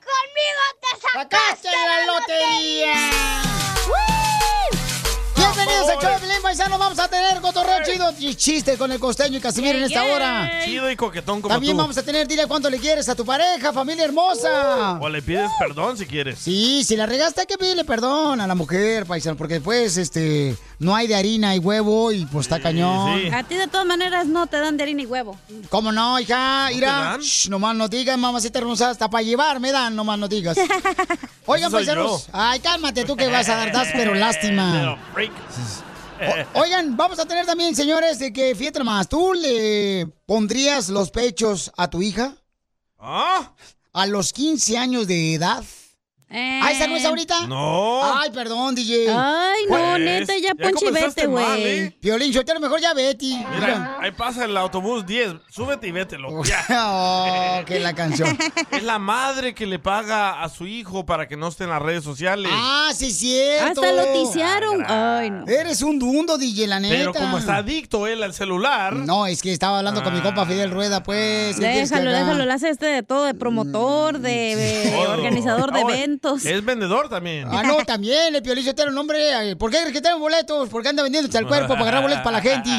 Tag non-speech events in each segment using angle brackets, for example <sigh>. ¡Conmigo te sacaste ¡Sacaste la lotería! Bienvenidos a Choplin, paisanos. Vamos a tener cotorreo chido y chistes con el costeño y Casimiro en esta hora. Chido y coquetón como También tú. vamos a tener, dile cuánto le quieres a tu pareja, familia hermosa. O le pides perdón si quieres. Sí, si la regaste hay que pedirle perdón a la mujer, paisano, porque después este, no hay de harina y huevo y pues está cañón. A ti de todas maneras no te dan de harina y huevo. ¿Cómo no, hija? ¿No te Mira, dan? shh, nomás no digas, mamacita hermosa, hasta para llevar me dan, nomás no digas. Oigan, Eso soy paisanos, yo. ay, cálmate tú que vas a dar, das, pero lástima. Little freak. Oigan, vamos a tener también, señores, de que, fíjate nomás, ¿tú le pondrías los pechos a tu hija? ¿Ah? A los 15 años de edad. ¿Ah, esa no es ahorita? No. Ay, perdón, DJ. Eh. Ay, no, Pues, neta, ya ya ponche y comenzaste vete, mal, güey. ¿eh? Violín, yo lo mejor ya Betty. Ah. Mira, ahí pasa el autobús 10. Súbete y vételo. Ya. Oh, que <laughs> la <laughs> canción. Es la madre que le paga a su hijo para que no esté en las redes sociales. Ah, sí, cierto. Hasta lo tisearon. Ay, no. Eres un dundo, DJ, la neta. Pero como está adicto él al celular. Ah. No, es que estaba hablando con mi compa Fidel Rueda, pues. ¿qué quieres que Mm, Déjalo, haga? déjalo. Le hace este de todo, de promotor, de, <laughs> de organizador de Ah, bueno, eventos. Es vendedor también. Ah, no, también, el piolillo tiene un nombre. eh, ¿Por qué crees que tenemos boletos? Porque anda <laughs> vendiéndose al cuerpo para agarrar boletos para la gente.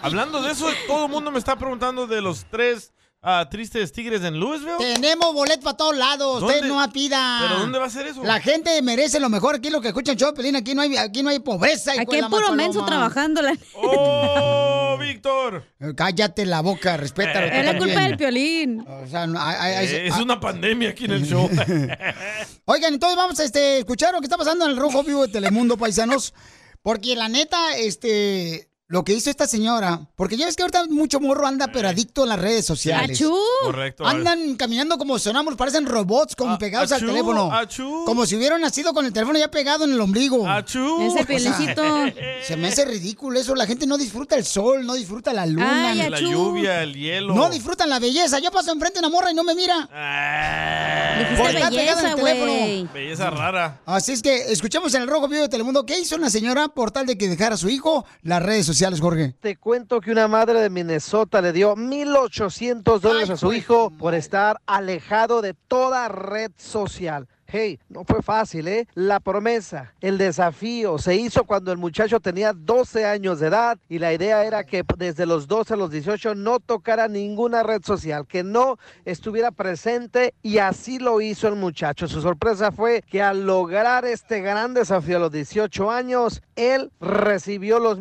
Hablando de eso, todo el mundo me está preguntando de los tres ah, tristes tigres en Louisville. Tenemos boletos para todos lados. Ustedes ¿Dónde? no pidan. ¿Pero dónde va a ser eso? La gente merece lo mejor. Aquí lo que escuchan Chopelín, aquí no hay, aquí no hay pobreza. hijo Aquí de hay la puro más menso paloma. trabajando. La... ¡Oh, Víctor! Eh, Cállate la boca, Eh, respétalo. Es la culpa del piolín. O sea, no, ay, ay, ay, Eh, ah, es una pandemia aquí en el <laughs> show. Oigan, entonces vamos a este, escuchar lo que está pasando en el Rojo Vivo de Telemundo, paisanos. Porque la neta, este, lo que hizo esta señora, porque ya ves que ahorita mucho morro anda pero adicto a las redes sociales. Achú. Correcto. eh. Andan caminando como sonámbulos, parecen robots como pegados achú, al teléfono. achú. Como si hubieran nacido con el teléfono ya pegado en el ombligo. Achú. Ese piolincito. se me hace ridículo eso. La gente no disfruta el sol, no disfruta la luna. la lluvia, el hielo. No disfrutan la belleza. Yo paso enfrente de una morra y no me mira. Dijiste Por estar pegada en el teléfono. Eh. Belleza rara. Así es que escuchamos en el Rojo Vivo de Telemundo qué hizo una señora por tal de que dejara a su hijo las redes sociales, Jorge. Te cuento que una madre de Minnesota le dio 1.800 dólares a su hijo por estar alejado de toda red social. Hey, no fue fácil, ¿eh? La promesa, el desafío se hizo cuando el muchacho tenía 12 años de edad y la idea era que desde los 12 a los 18 no tocara ninguna red social, que no estuviera presente y así lo hizo el muchacho. Su sorpresa fue que al lograr este gran desafío a los 18 años, él recibió los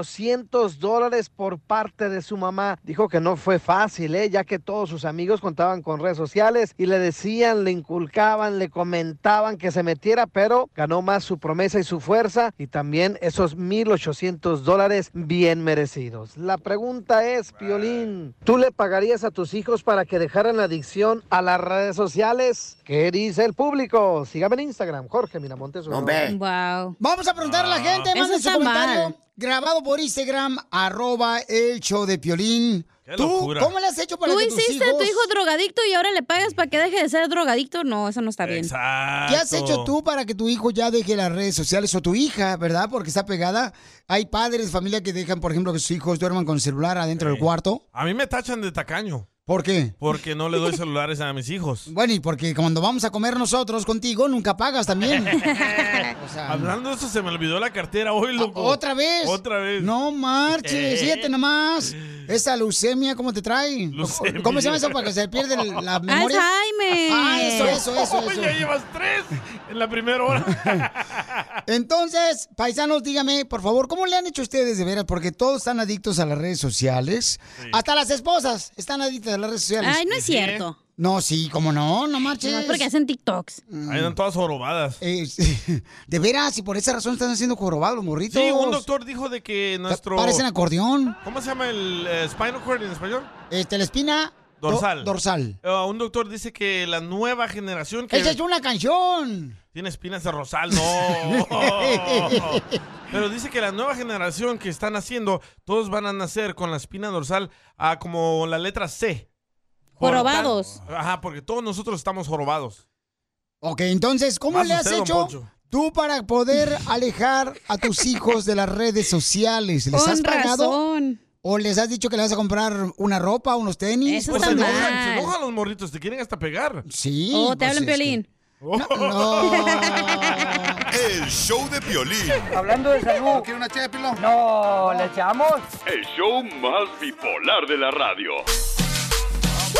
1.800 dólares por parte de su mamá. Dijo que no fue fácil, ¿eh? ya que todos sus amigos contaban con redes sociales y le decían, le inculcaban, le comentaban que se metiera, pero ganó más su promesa y su fuerza y también esos 1.800 dólares bien merecidos. La pregunta es, Piolín, ¿tú le pagarías a tus hijos para que dejaran la adicción a las redes sociales? ¿Qué dice el público? Sígame en Instagram, Jorge Miramontes. uno. Wow. Vamos a preguntar a la gente, Eso manden su está comentario mal. grabado por Instagram, arroba el show de Piolín. Qué ¿Tú locura. cómo le has hecho para Tú que tus hiciste a tu hijos- hijo drogadicto y ahora le pagas para que deje de ser drogadicto. No, eso no está bien. ¿Qué has hecho tú para que tu hijo ya deje las redes sociales o tu hija, verdad? Porque está pegada. Hay padres, familia que dejan, por ejemplo, que sus hijos duerman con el celular adentro del cuarto. A mí me tachan de tacaño. ¿Por qué? Porque no le <laughs> doy celulares a mis hijos. Bueno, <laughs> y porque cuando vamos a comer nosotros contigo, nunca <laughs> pagas también. Hablando de eso, se me olvidó la cartera hoy, loco. Ah, ¿Otra vez? Otra vez. Eh. No marches, fíjate nomás. Esa leucemia, ¿cómo te trae? Leucemia. Ah, ¿Cómo se llama eso para que se pierde la memoria? Alzheimer. Ah, <laughs> eso, eso, eso. Oh, eso. ya llevas tres en la primera <laughs> hora. Entonces, paisanos, dígame, por favor, ¿cómo le han hecho ustedes de veras? Porque todos están adictos a las redes sociales. Hasta las esposas están adictas a las redes sociales. Ay, no es cierto. No, sí, ¿cómo no? No marches. Nomás porque hacen TikToks. Ahí están todas jorobadas. Eh, sí, <laughs> de veras, y por esa razón están haciendo jorobados los morritos. Sí, un doctor dijo de que nuestro... Parecen acordeón. ¿Cómo se llama el eh, spinal cord en español? Este, la espina... do- Dorsal. dorsal. Eh, un doctor dice que la nueva generación que Esa es una canción. tiene espinas de rosal, <laughs> no. Pero dice que la nueva generación que están haciendo, todos van a nacer con la espina dorsal a como la letra C. Jorobados. Ajá, porque todos nosotros estamos jorobados. Ok, entonces, ¿cómo Más le has usted, don hecho Poncho. tú para <laughs> poder alejar a tus hijos de las redes sociales? ¿Les has pagado? razón. ¿O les has dicho que le vas a comprar una ropa, unos tenis? Eso Pues está se enojan, se mal. enojan los morritos, te quieren hasta pegar. Sí. O Oh, te pues, hablan es que- violín. <laughs> No. El show de violín. Hablando de salud. ¿Quiere una chépilo? No, ¿le echamos? El show más bipolar de la radio.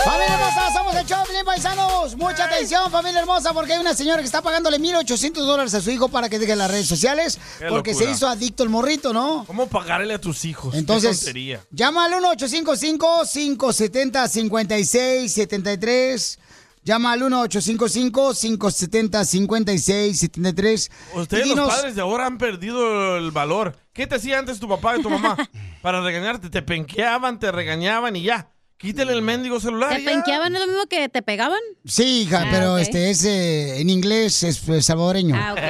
Familia hermosa, somos el show, de Piolín, paisanos. Mucha atención, familia hermosa, porque hay una señora que está pagándole 1.800 dólares a su hijo para que deje las redes sociales, Qué porque locura. se hizo adicto el morrito, ¿no? ¿Cómo pagarle a tus hijos? Qué Entonces, tontería. llama al 1-855-570-5673. Llama al 1-855-570-5673. Ustedes Y dinos- los padres de ahora han perdido el valor. ¿Qué te hacía antes tu papá y tu <laughs> mamá? Para regañarte, te penqueaban, te regañaban y ya. Quítale el mendigo celular. ¿Te ya. penqueaban? ¿Es lo mismo que te pegaban? Sí, hija, Ah, pero ok. este es eh, en inglés, es eh, salvadoreño. <laughs> Ah, <laughs> ok.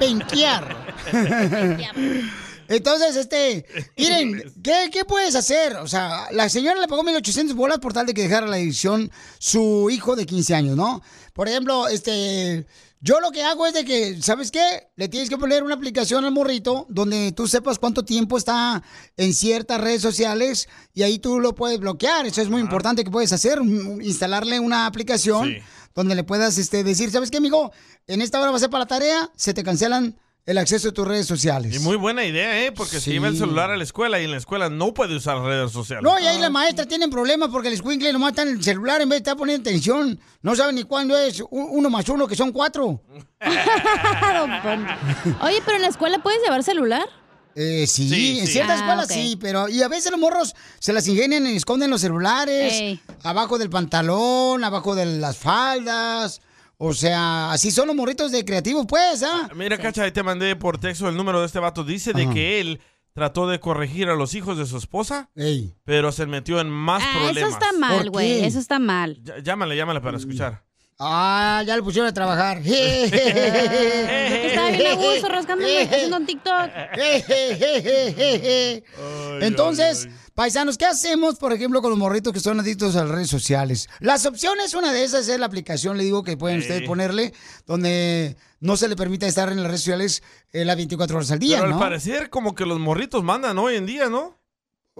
penquear. Entonces, este, miren, ¿qué, qué puedes hacer? O sea, la señora le pagó 1.800 bolas por tal de que dejara la edición su hijo de 15 años, ¿no? Por ejemplo, este, yo lo que hago es de que, ¿sabes qué? Le tienes que poner una aplicación al morrito donde tú sepas cuánto tiempo está en ciertas redes sociales y ahí tú lo puedes bloquear. Eso es muy importante que puedes hacer, mm, instalarle una aplicación Sí. donde le puedas este, decir, ¿sabes qué, amigo? En esta hora va a ser para la tarea, se te cancelan el acceso a tus redes sociales. Y muy buena idea, ¿eh? Porque se Sí. lleva el celular a la escuela y en la escuela no puede usar redes sociales. No, y ahí Ah. la maestra tienen problemas porque el escuincle nomás está en el celular en vez de estar poniendo atención. No saben ni cuándo es u- uno más uno, que son <laughs> cuatro. Don Poncho. Oye, pero en la escuela puedes llevar celular. Eh, sí, Sí, en sí. ciertas Ah, escuelas ok. sí, pero... Y a veces los morros se las ingenian y esconden los celulares Ey. abajo del pantalón, abajo de las faldas. O sea, así son los morritos de creativos, pues, ¿ah? Mira, Cacha, ahí te mandé por texto el número de este vato. Dice de Ajá. que él trató de corregir a los hijos de su esposa, Ey. pero se metió en más Ah, eso problemas. está ¿Por mal, güey. qué? Eso está mal. Ll- Llámale, llámale para escuchar. Ah, ya le pusieron a <laughs> trabajar. <laughs> Estaba bien a gusto rascándome pues, haciendo un TikTok. Entonces, paisanos, ¿qué hacemos, por ejemplo, con los morritos que son adictos a las redes sociales? Las opciones, una de esas es la aplicación, le digo que pueden Sí. ustedes ponerle, donde no se le permita estar en las redes sociales eh, las 24 horas al día, Pero al ¿no? parecer como que los morritos mandan hoy en día, ¿no?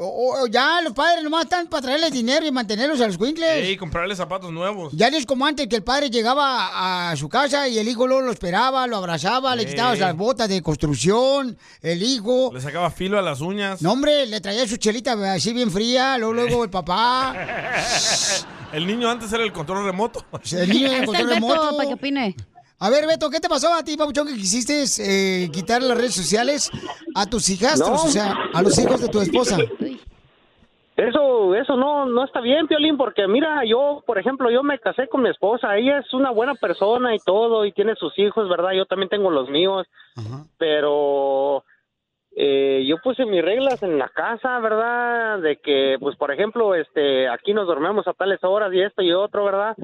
O- o ya los padres nomás están para traerles dinero y mantenerlos a los cuincles. Y comprarle zapatos nuevos. Ya no es como antes que el padre llegaba a su casa y el hijo luego lo esperaba, lo abrazaba, le Sí. quitaba las botas de construcción, el hijo. Le sacaba filo a las uñas. <laughs> No, hombre, le traía su chelita así bien fría, luego, luego <laughs> el papá, El niño antes era el control remoto. el niño en Ahí el está el control Beto, remoto. para que opine. A ver, Beto, ¿qué te pasó a ti, papuchón, que quisiste eh, quitar las redes sociales a tus hijastros, No. o sea, a los hijos de tu esposa? Eso, eso no, no está bien, Piolín, porque mira, yo, por ejemplo, yo me casé con mi esposa, ella es una buena persona y todo, y tiene sus hijos, ¿verdad? Yo también tengo los míos, pero eh, yo puse mis reglas en la casa, ¿verdad? De que, pues, por ejemplo, este, aquí nos dormimos a tales horas y esto y otro, ¿verdad?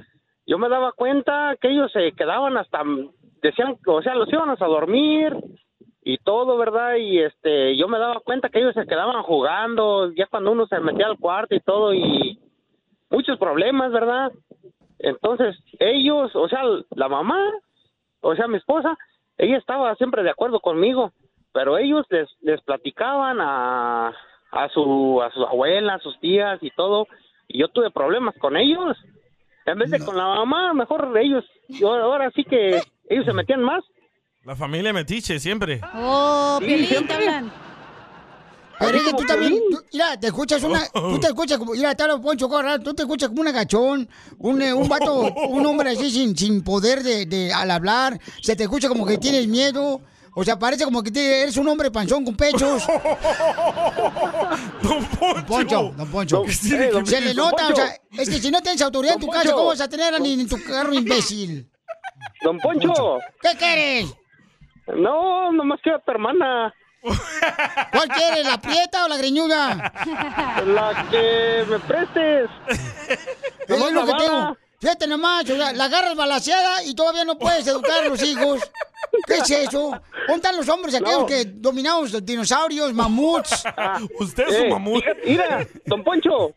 Yo me daba cuenta que ellos se quedaban hasta, decían, o sea, los íbamos a dormir, y todo, ¿verdad? Y este, yo me daba cuenta que ellos se quedaban jugando, ya cuando uno se metía al cuarto y todo, y muchos problemas, ¿verdad? Entonces, ellos, o sea, la mamá, o sea, mi esposa, ella estaba siempre de acuerdo conmigo, pero ellos les, les platicaban a, a, su, a sus abuelas, sus tías y todo, y yo tuve problemas con ellos. En vez de con la mamá, mejor ellos, yo ahora sí que ellos se metían más. Oh, La familia metiche siempre. Oh, Piolín, te hablan. Pero es que tú también, tú- mira, te escuchas una, tú te escuchas como, mira, te hablo Poncho Corral, tú te escuchas como un agachón, un, eh, un vato, <laughs> un hombre así sin, sin poder de, de- al hablar, se te escucha como que tienes miedo, o sea, parece como que te- eres un hombre panzón con pechos. <laughs> Don Poncho. Poncho, don Poncho. ¿Qué tiene que se ver? le Don nota, o Poncho. sea, es que si no tienes autoridad en tu Don casa, Poncho. ¿cómo vas a tener ni en tu carro, imbécil? Don Poncho. ¿Qué quieres? No, nomás queda tu <laughs> hermana. ¿Cuál quieres, la prieta o la greñuda? <laughs> La que me prestes. Es lo que Navarra. tengo. Fíjate nomás, o sea, la agarras balaseada y todavía no puedes educar a los hijos. ¿Qué es eso? ¿Dónde están los hombres aquellos No. que dominamos los dinosaurios, mamuts? <laughs> Usted Eh, mira- Mira, don Poncho,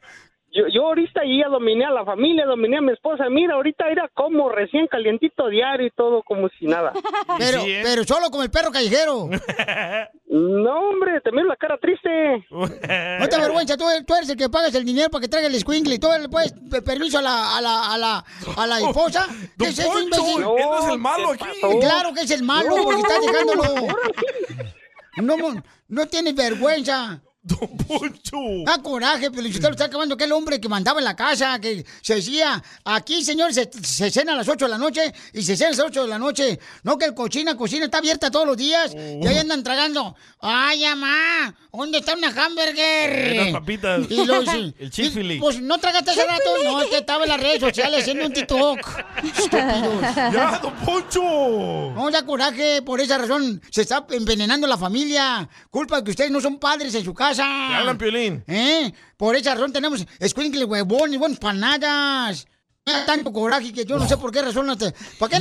yo, yo ahorita ya dominé a la familia, dominé a mi esposa. Mira, ahorita era como recién calientito diario y todo como <laughs> si nada. Pero, pero solo como el <laughs> perro callejero. No, hombre, te miro la cara triste. No te avergüenza, tú, tú eres el que pagas el dinero para que traiga el escuincle y tú le puedes pe- permiso a la, a la, a la, a la esposa. ¿Qué Don es eso, Poncho, imbécil? él no es el malo ¿qué aquí. pasó? Claro que es el malo, No. porque estás dejándolo. No, mo- no tienes vergüenza. Don Poncho. Da coraje, pero usted lo está acabando aquel hombre que mandaba en la casa, que se decía, aquí señor, se, se cena a las 8 de la noche y se cena a las 8 de la noche. No que el cocina, cocina está abierta todos los días y Oh. ahí andan tragando. Ay, mamá, ¿dónde está una hamburger? Eh, las papitas. Y lo- sí. <laughs> El chifili. Pues no tragaste hace rato, no, es que estaba en las redes sociales haciendo un TikTok. Estúpidos. Ya, don Poncho. No, ya coraje, por esa razón se está envenenando la familia. Culpa que ustedes no son padres en su casa. hablan, Piolín. ¿Eh? Por esa razón tenemos escuincles, huevones, buenos panadas. Me da tanto coraje que yo no sé por qué razón. no te- ¿Para qué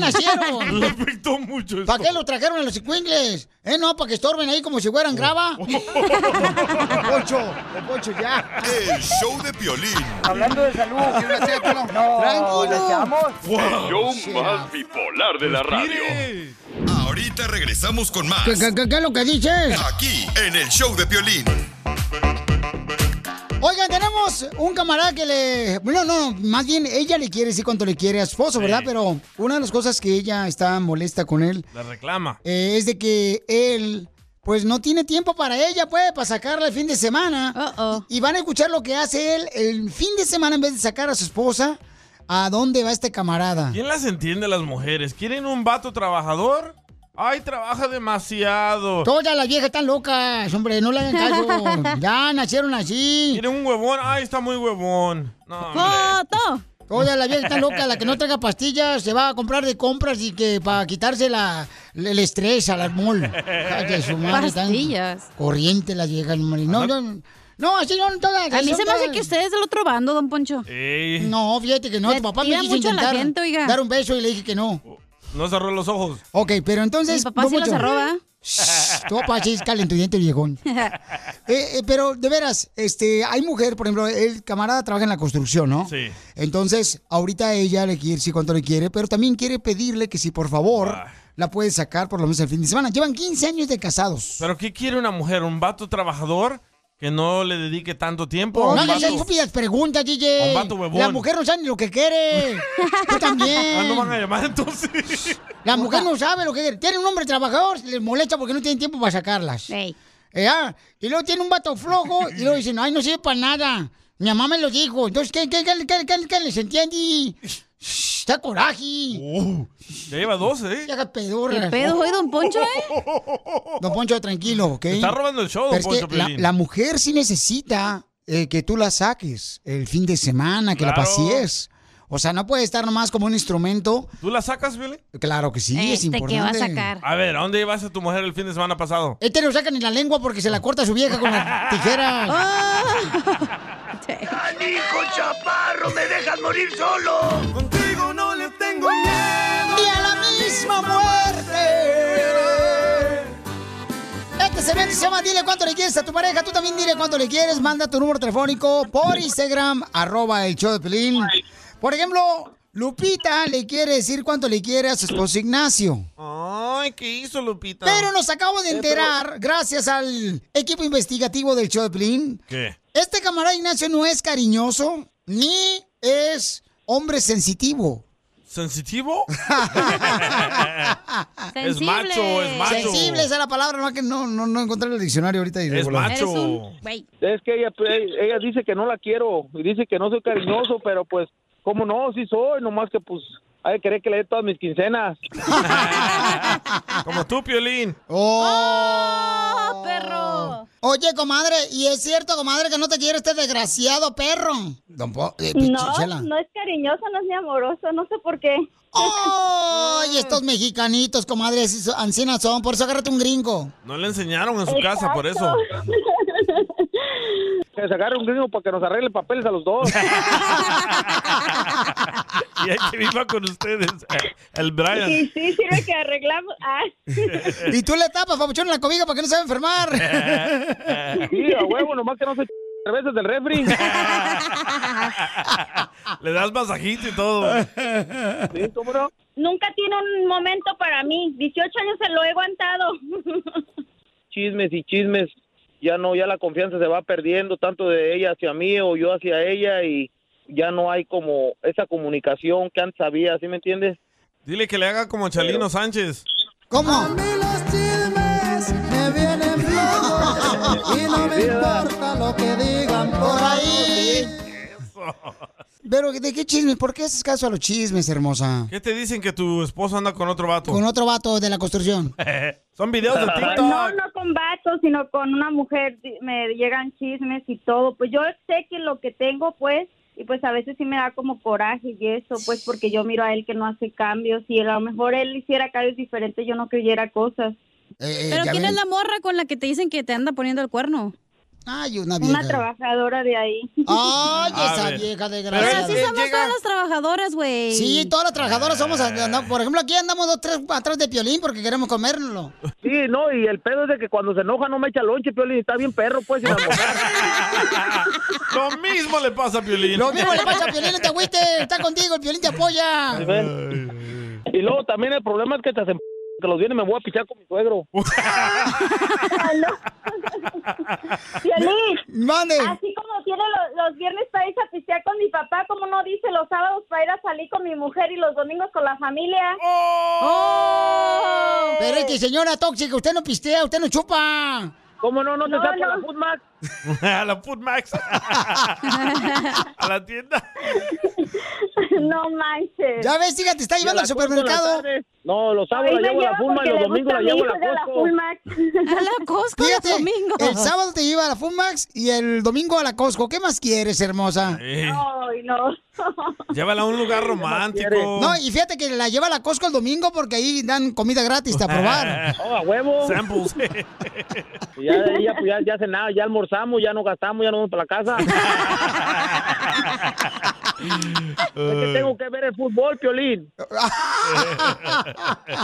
<laughs> nacieron? Le afectó mucho esto. ¿Para qué los trajeron a los escuincles? ¿Eh? No, para que estorben ahí como si fueran Oh. <laughs> grava. Pocho, Pocho, ya. El show de Piolín. Hablando de salud, ¿quiere una chépilo? No, ¿le echamos? El show más bipolar de la radio. Ahorita regresamos con más. ¿Qué, qué, qué- qué es lo que dices? Aquí, en el show de Piolín. Oigan, tenemos un camarada que le. Bueno, no, no, más bien ella le quiere decir cuánto le quiere a su esposo, ¿verdad? Pero una de las cosas que ella está molesta con él La reclama. eh, es de que él, pues no tiene tiempo para ella, pues, para sacarla el fin de semana. Y y van a escuchar lo que hace él el fin de semana en vez de sacar a su esposa. ¿A dónde va este camarada? ¿Quién las entiende las mujeres? ¿Quieren un vato trabajador? Ay, trabaja demasiado. Todas las viejas están locas, hombre, no le <laughs> hagan caso. Ya nacieron así. Quieren un huevón. Ay, está muy huevón. No, hombre. ¡Foto! Toda la vieja está loca, la que no traiga pastillas, se va a comprar de compras y que para quitarse la, el estrés al mol. Calla su madre, tan Pastillas. Corriente las viejas, hombre. no, no, no, así no, todas. A mí son se me hace todas. que usted es del otro bando, don Poncho. No, fíjate que no, Le tu papá me tira quiso mucho a la intentar gente, oiga. dar un beso y le dije que no. No cerró los ojos. Ok, pero entonces... Mi papá sí los arroba. Shh, tu papá sí es calenturiento viejón. Eh, eh, pero de veras, este, hay mujer, por ejemplo, el camarada trabaja en la construcción, ¿no? Sí. Entonces, ahorita ella le quiere decir cuánto le quiere, pero también quiere pedirle que si por favor Ah. la puede sacar por lo menos el fin de semana. Llevan 15 años de casados. ¿Pero qué quiere una mujer? ¿Un vato trabajador que no le dedique tanto tiempo? no ¿Un hagas Oh, vato- estúpidas preguntas, DJ. Un vato huevón. La mujer no sabe ni lo que quiere. Tú <laughs> Ah, no también. van a llamar entonces. La mujer no sabe lo que quiere. Tiene un hombre trabajador, les molesta porque no tienen tiempo para sacarlas. Eh, ah, y luego tiene un vato flojo y luego dicen, ay, no sirve para nada. Mi mamá me lo dijo. Entonces, ¿qué, qué, qué, qué, qué- qué les entiende? Shh, Está coraje. Oh. Ya lleva 12, ¿eh? Ya haga pedorras. ¿Qué pedo hoy, don <laughs> Poncho, eh? <laughs> Don Poncho, tranquilo, ¿ok? Te está robando el show, don Pero es Poncho que la, Piolín. la mujer sí necesita eh, que tú la saques el fin de semana, que la Claro. pasíes. O sea, no puede estar nomás como un instrumento. ¿Tú la sacas, Billy? <laughs> Claro que sí, es importante. A ver, ¿a dónde ibas a tu mujer el fin de semana pasado? Este lo sacan en la lengua porque se la corta su vieja <laughs> con la Ah. tijera. ¡Canijo chaparro, me dejas morir solo! Contigo no le tengo miedo. Y a la misma muerte. Este segmento se llama Dile cuánto le quieres a tu pareja. Tú también dile cuánto le quieres. Manda tu número telefónico por Instagram, arroba el show de Pelín. Por ejemplo, Lupita le quiere decir cuánto le quiere a su esposo Ignacio. Ay, ¿qué hizo Lupita? Pero nos acabamos de Eh, pero- enterar, gracias al equipo investigativo del show de Pelín. ¿Qué? Este camarada Ignacio no es cariñoso ni es hombre sensitivo. ¿Sensitivo? Ah, Es macho, es macho. Sensible, esa es la palabra, no, que no, no, no encontré el diccionario ahorita. Y Es regular. macho. Eres un Es que ella, pues, ella dice que no la quiero y dice que no soy cariñoso, pero pues, ¿cómo no? Sí soy, nomás que pues, hay que querer que le dé todas mis quincenas. <laughs> Como tú, Piolín. ¡Oh, perro! Oye, comadre, ¿y es cierto, comadre, que no te quiere este desgraciado perro? Don Po- eh, No, Chela. no es cariñoso, no es ni amoroso, no sé por qué. ¡Ay, Oh, estos mexicanitos, comadre, así so- ancianas son! Por eso agárrate un gringo. No le enseñaron en su casa por eso. <laughs> Que se agarre un gringo para que nos arregle papeles a los <laughs> dos. Y hay que viva con ustedes. <laughs> El Y Brian. sí, sirve que arreglamos. Ah. Y tú le tapas, papuchón, la cobija para que no se va a enfermar. Sí, a huevo, nomás que no se ch- cervezas del <laughs> refri. <laughs> Le das masajito y todo. Nunca tiene un momento para mí. 18 años se lo he aguantado. Chismes y chismes. Ya no, ya la confianza se va perdiendo, tanto de ella hacia mí o yo hacia ella, y ya no hay como esa comunicación que antes había, ¿sí me entiendes? Dile que le haga como Chalino Sánchez. ¿Cómo? <laughs> Me vienen flojos y no me importa lo que digan por ahí. Pero, ¿de qué chismes? ¿Por qué haces caso a los chismes, hermosa? ¿Qué te dicen que tu esposo anda con otro vato? Con otro vato de la construcción. <laughs> Son videos <laughs> de <laughs> No, TikTok. <laughs> no con vatos, sino con una mujer. di- Me llegan chismes y todo. Pues yo sé que lo que tengo, pues, y pues a veces sí me da como coraje y eso, pues porque yo miro a él que no hace cambios y a lo mejor él hiciera cambios diferentes, yo no creyera cosas. Eh, Pero ¿quién es la morra con la que te dicen que te anda poniendo el cuerno? Ay, una Una trabajadora de ahí. Ay, <laughs> A esa ver. vieja Pero desgraciada. así somos todas las trabajadoras, güey. Sí, todas las trabajadoras somos, andamos- por ejemplo, aquí andamos dos, tres atrás de piolín porque queremos comérnoslo. Sí, no, y el pedo es de que cuando se enoja no me echa lonche, Piolín, está bien perro, pues. y la mujer. Lo mismo le pasa a Piolín. Lo mismo le pasa a Piolín, no te agüites, está contigo, el Piolín te apoya. ¿Ven? Y luego también el problema es que hasta se emp- que los bienes me voy a pichar con mi suegro. Piolín, <laughs> Mande. así como tiene lo- los viernes para irse a pistear con mi papá, como no dice los sábados para ir a salir con mi mujer y los domingos con la familia. Oh, Pero es que señora tóxica, usted no pistea, usted no chupa. ¿Cómo no? No te saca la Foodmax. a la Food Max. <laughs> a la tienda. No manches. Ya ves, hija, te está llevando al supermercado. No, los sábados la llevo a la Puma y los domingos la Ah, llevo a la Costco. <laughs> A la Costco los Fíjate, domingos. El sábado te lleva a la Fumax y el domingo a la Costco. ¿Qué más quieres, hermosa? Eh, Ay, no. llévala a un lugar romántico. No, y fíjate que la lleva a la Costco el domingo porque ahí dan comida gratis <laughs> para probar. Oh, a huevo. Samples. Y ya, <laughs> de ahí ya, pues, ya, ya cenamos, ya almorzamos, ya no gastamos, ya nos vamos para la casa. es que tengo que ver el fútbol, <laughs> Piolín.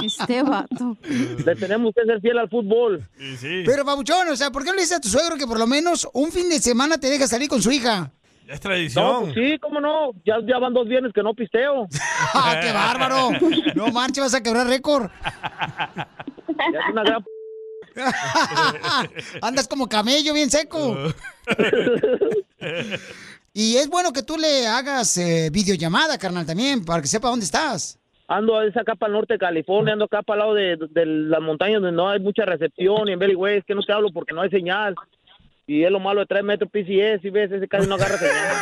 Este vato. Le tenemos que ser fiel al fútbol. Pero, Pabuchón, o sea, ¿por qué no le dices a tu suegro que por lo menos un fin de semana te deja salir con su hija? Es No, <laughs> tradición. pues sí, cómo no. Ya, ya van dos viernes que no pisteo. ¡Ah, qué bárbaro! No manches, vas a quebrar récord. Ah, Ya es una gran p- <laughs> Andas como camello bien seco. Y es bueno que tú le hagas eh, videollamada, carnal, también, para que sepa dónde estás. Ando a esa acá para el norte de California, ando acá para el lado de, de las montañas donde no hay mucha recepción y en Belly Way, es que no te hablo porque no hay señal. Y es lo malo de tres metros PCS, y ves, ese casi no agarra señal.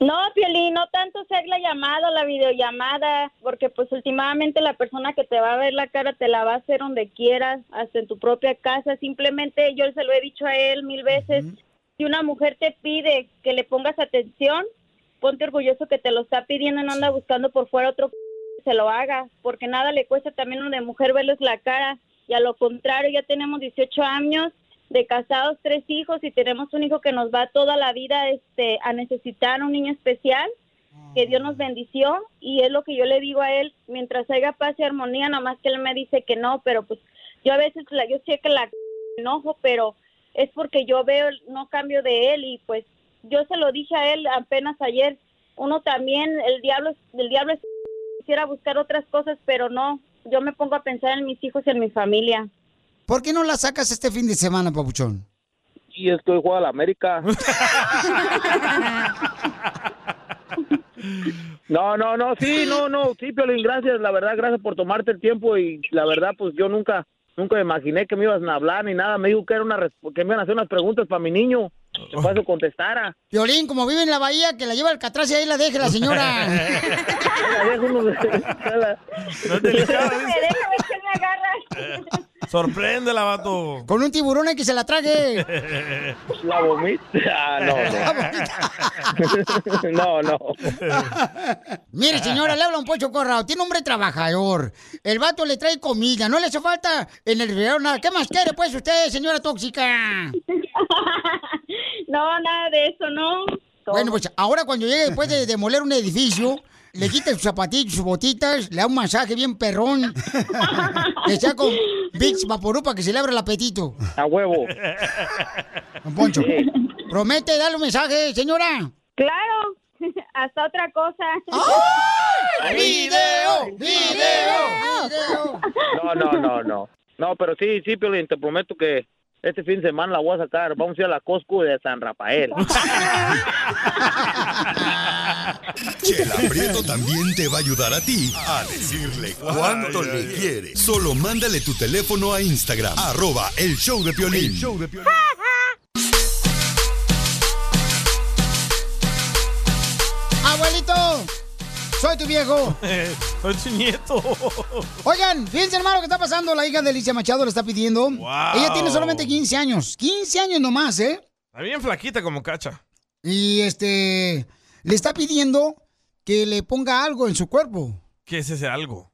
No, Piolín, no tanto ser la llamada, la videollamada, porque pues últimamente la persona que te va a ver la cara te la va a hacer donde quieras, hasta en tu propia casa. Simplemente yo se lo he dicho a él mil veces, si una mujer te pide que le pongas atención, ponte orgulloso que te lo está pidiendo, no anda buscando por fuera otro p- que se lo haga, porque nada le cuesta también a una mujer verles la cara. Y a lo contrario, ya tenemos 18 años de casados, tres hijos y tenemos un hijo que nos va toda la vida este, a necesitar un niño especial que Dios nos bendició y es lo que yo le digo a él, mientras haya paz y armonía, nada más que él me dice que no, pero pues yo a veces, la, yo sé que la enojo, pero es porque yo veo, el- no cambio de él y pues yo se lo dije a él apenas ayer, uno también, el diablo, es- el diablo es, quisiera buscar otras cosas, pero no, yo me pongo a pensar en mis hijos y en mi familia. ¿Por qué no la sacas este fin de semana, papuchón? Y es que hoy juega la América. No, no, no, sí, no, no, sí, Piolín, gracias, la verdad, gracias por tomarte el tiempo y la verdad, pues yo nunca, nunca me imaginé que me ibas a hablar ni nada, me dijo que era una, resp- que me iban a hacer unas preguntas para mi niño, que paso contestara. Violín, como vive en la bahía, que la lleva al Alcatraz y ahí la deje la señora. <laughs> Déjame que me agarras. Sorpréndela, vato. Con un tiburón hay que se la trague. <laughs> Oh, La Ah, vomita, Ah, no, no, no, no. Mire, señora, le habla un pocho corrado. Tiene hombre trabajador. El vato le trae comida. No le hace falta en el refrigerador nada. ¿Qué más quiere, pues, usted, señora tóxica? <laughs> No, nada de eso, no. Bueno, pues ahora cuando llegue después de demoler un edificio, le quita sus zapatitos, sus botitas, le da un masaje bien <laughs> perrón. le saco Vicks Vaporú para que se le abra el apetito. A huevo. Don Poncho, promete darle un mensaje, señora. Claro, <laughs> hasta otra cosa. ¡Video! No, no, no, no. No, pero sí, sí, Piolín, te prometo que este fin de semana la voy a sacar. Vamos a ir a la Costco de San Rafael. Chela Prieto también te va a ayudar a ti a decirle cuánto le quiere. Solo mándale tu teléfono a Instagram, arroba el show de Piolín. Abuelito, soy tu viejo. <laughs> Soy tu nieto. Oigan, fíjense hermano lo que está pasando. La hija de Alicia Machado le está pidiendo. Ella tiene solamente 15 años. 15 años nomás, ¿eh? Está bien flaquita como cacha. Y este, le está pidiendo que le ponga algo en su cuerpo. ¿Qué es ese algo?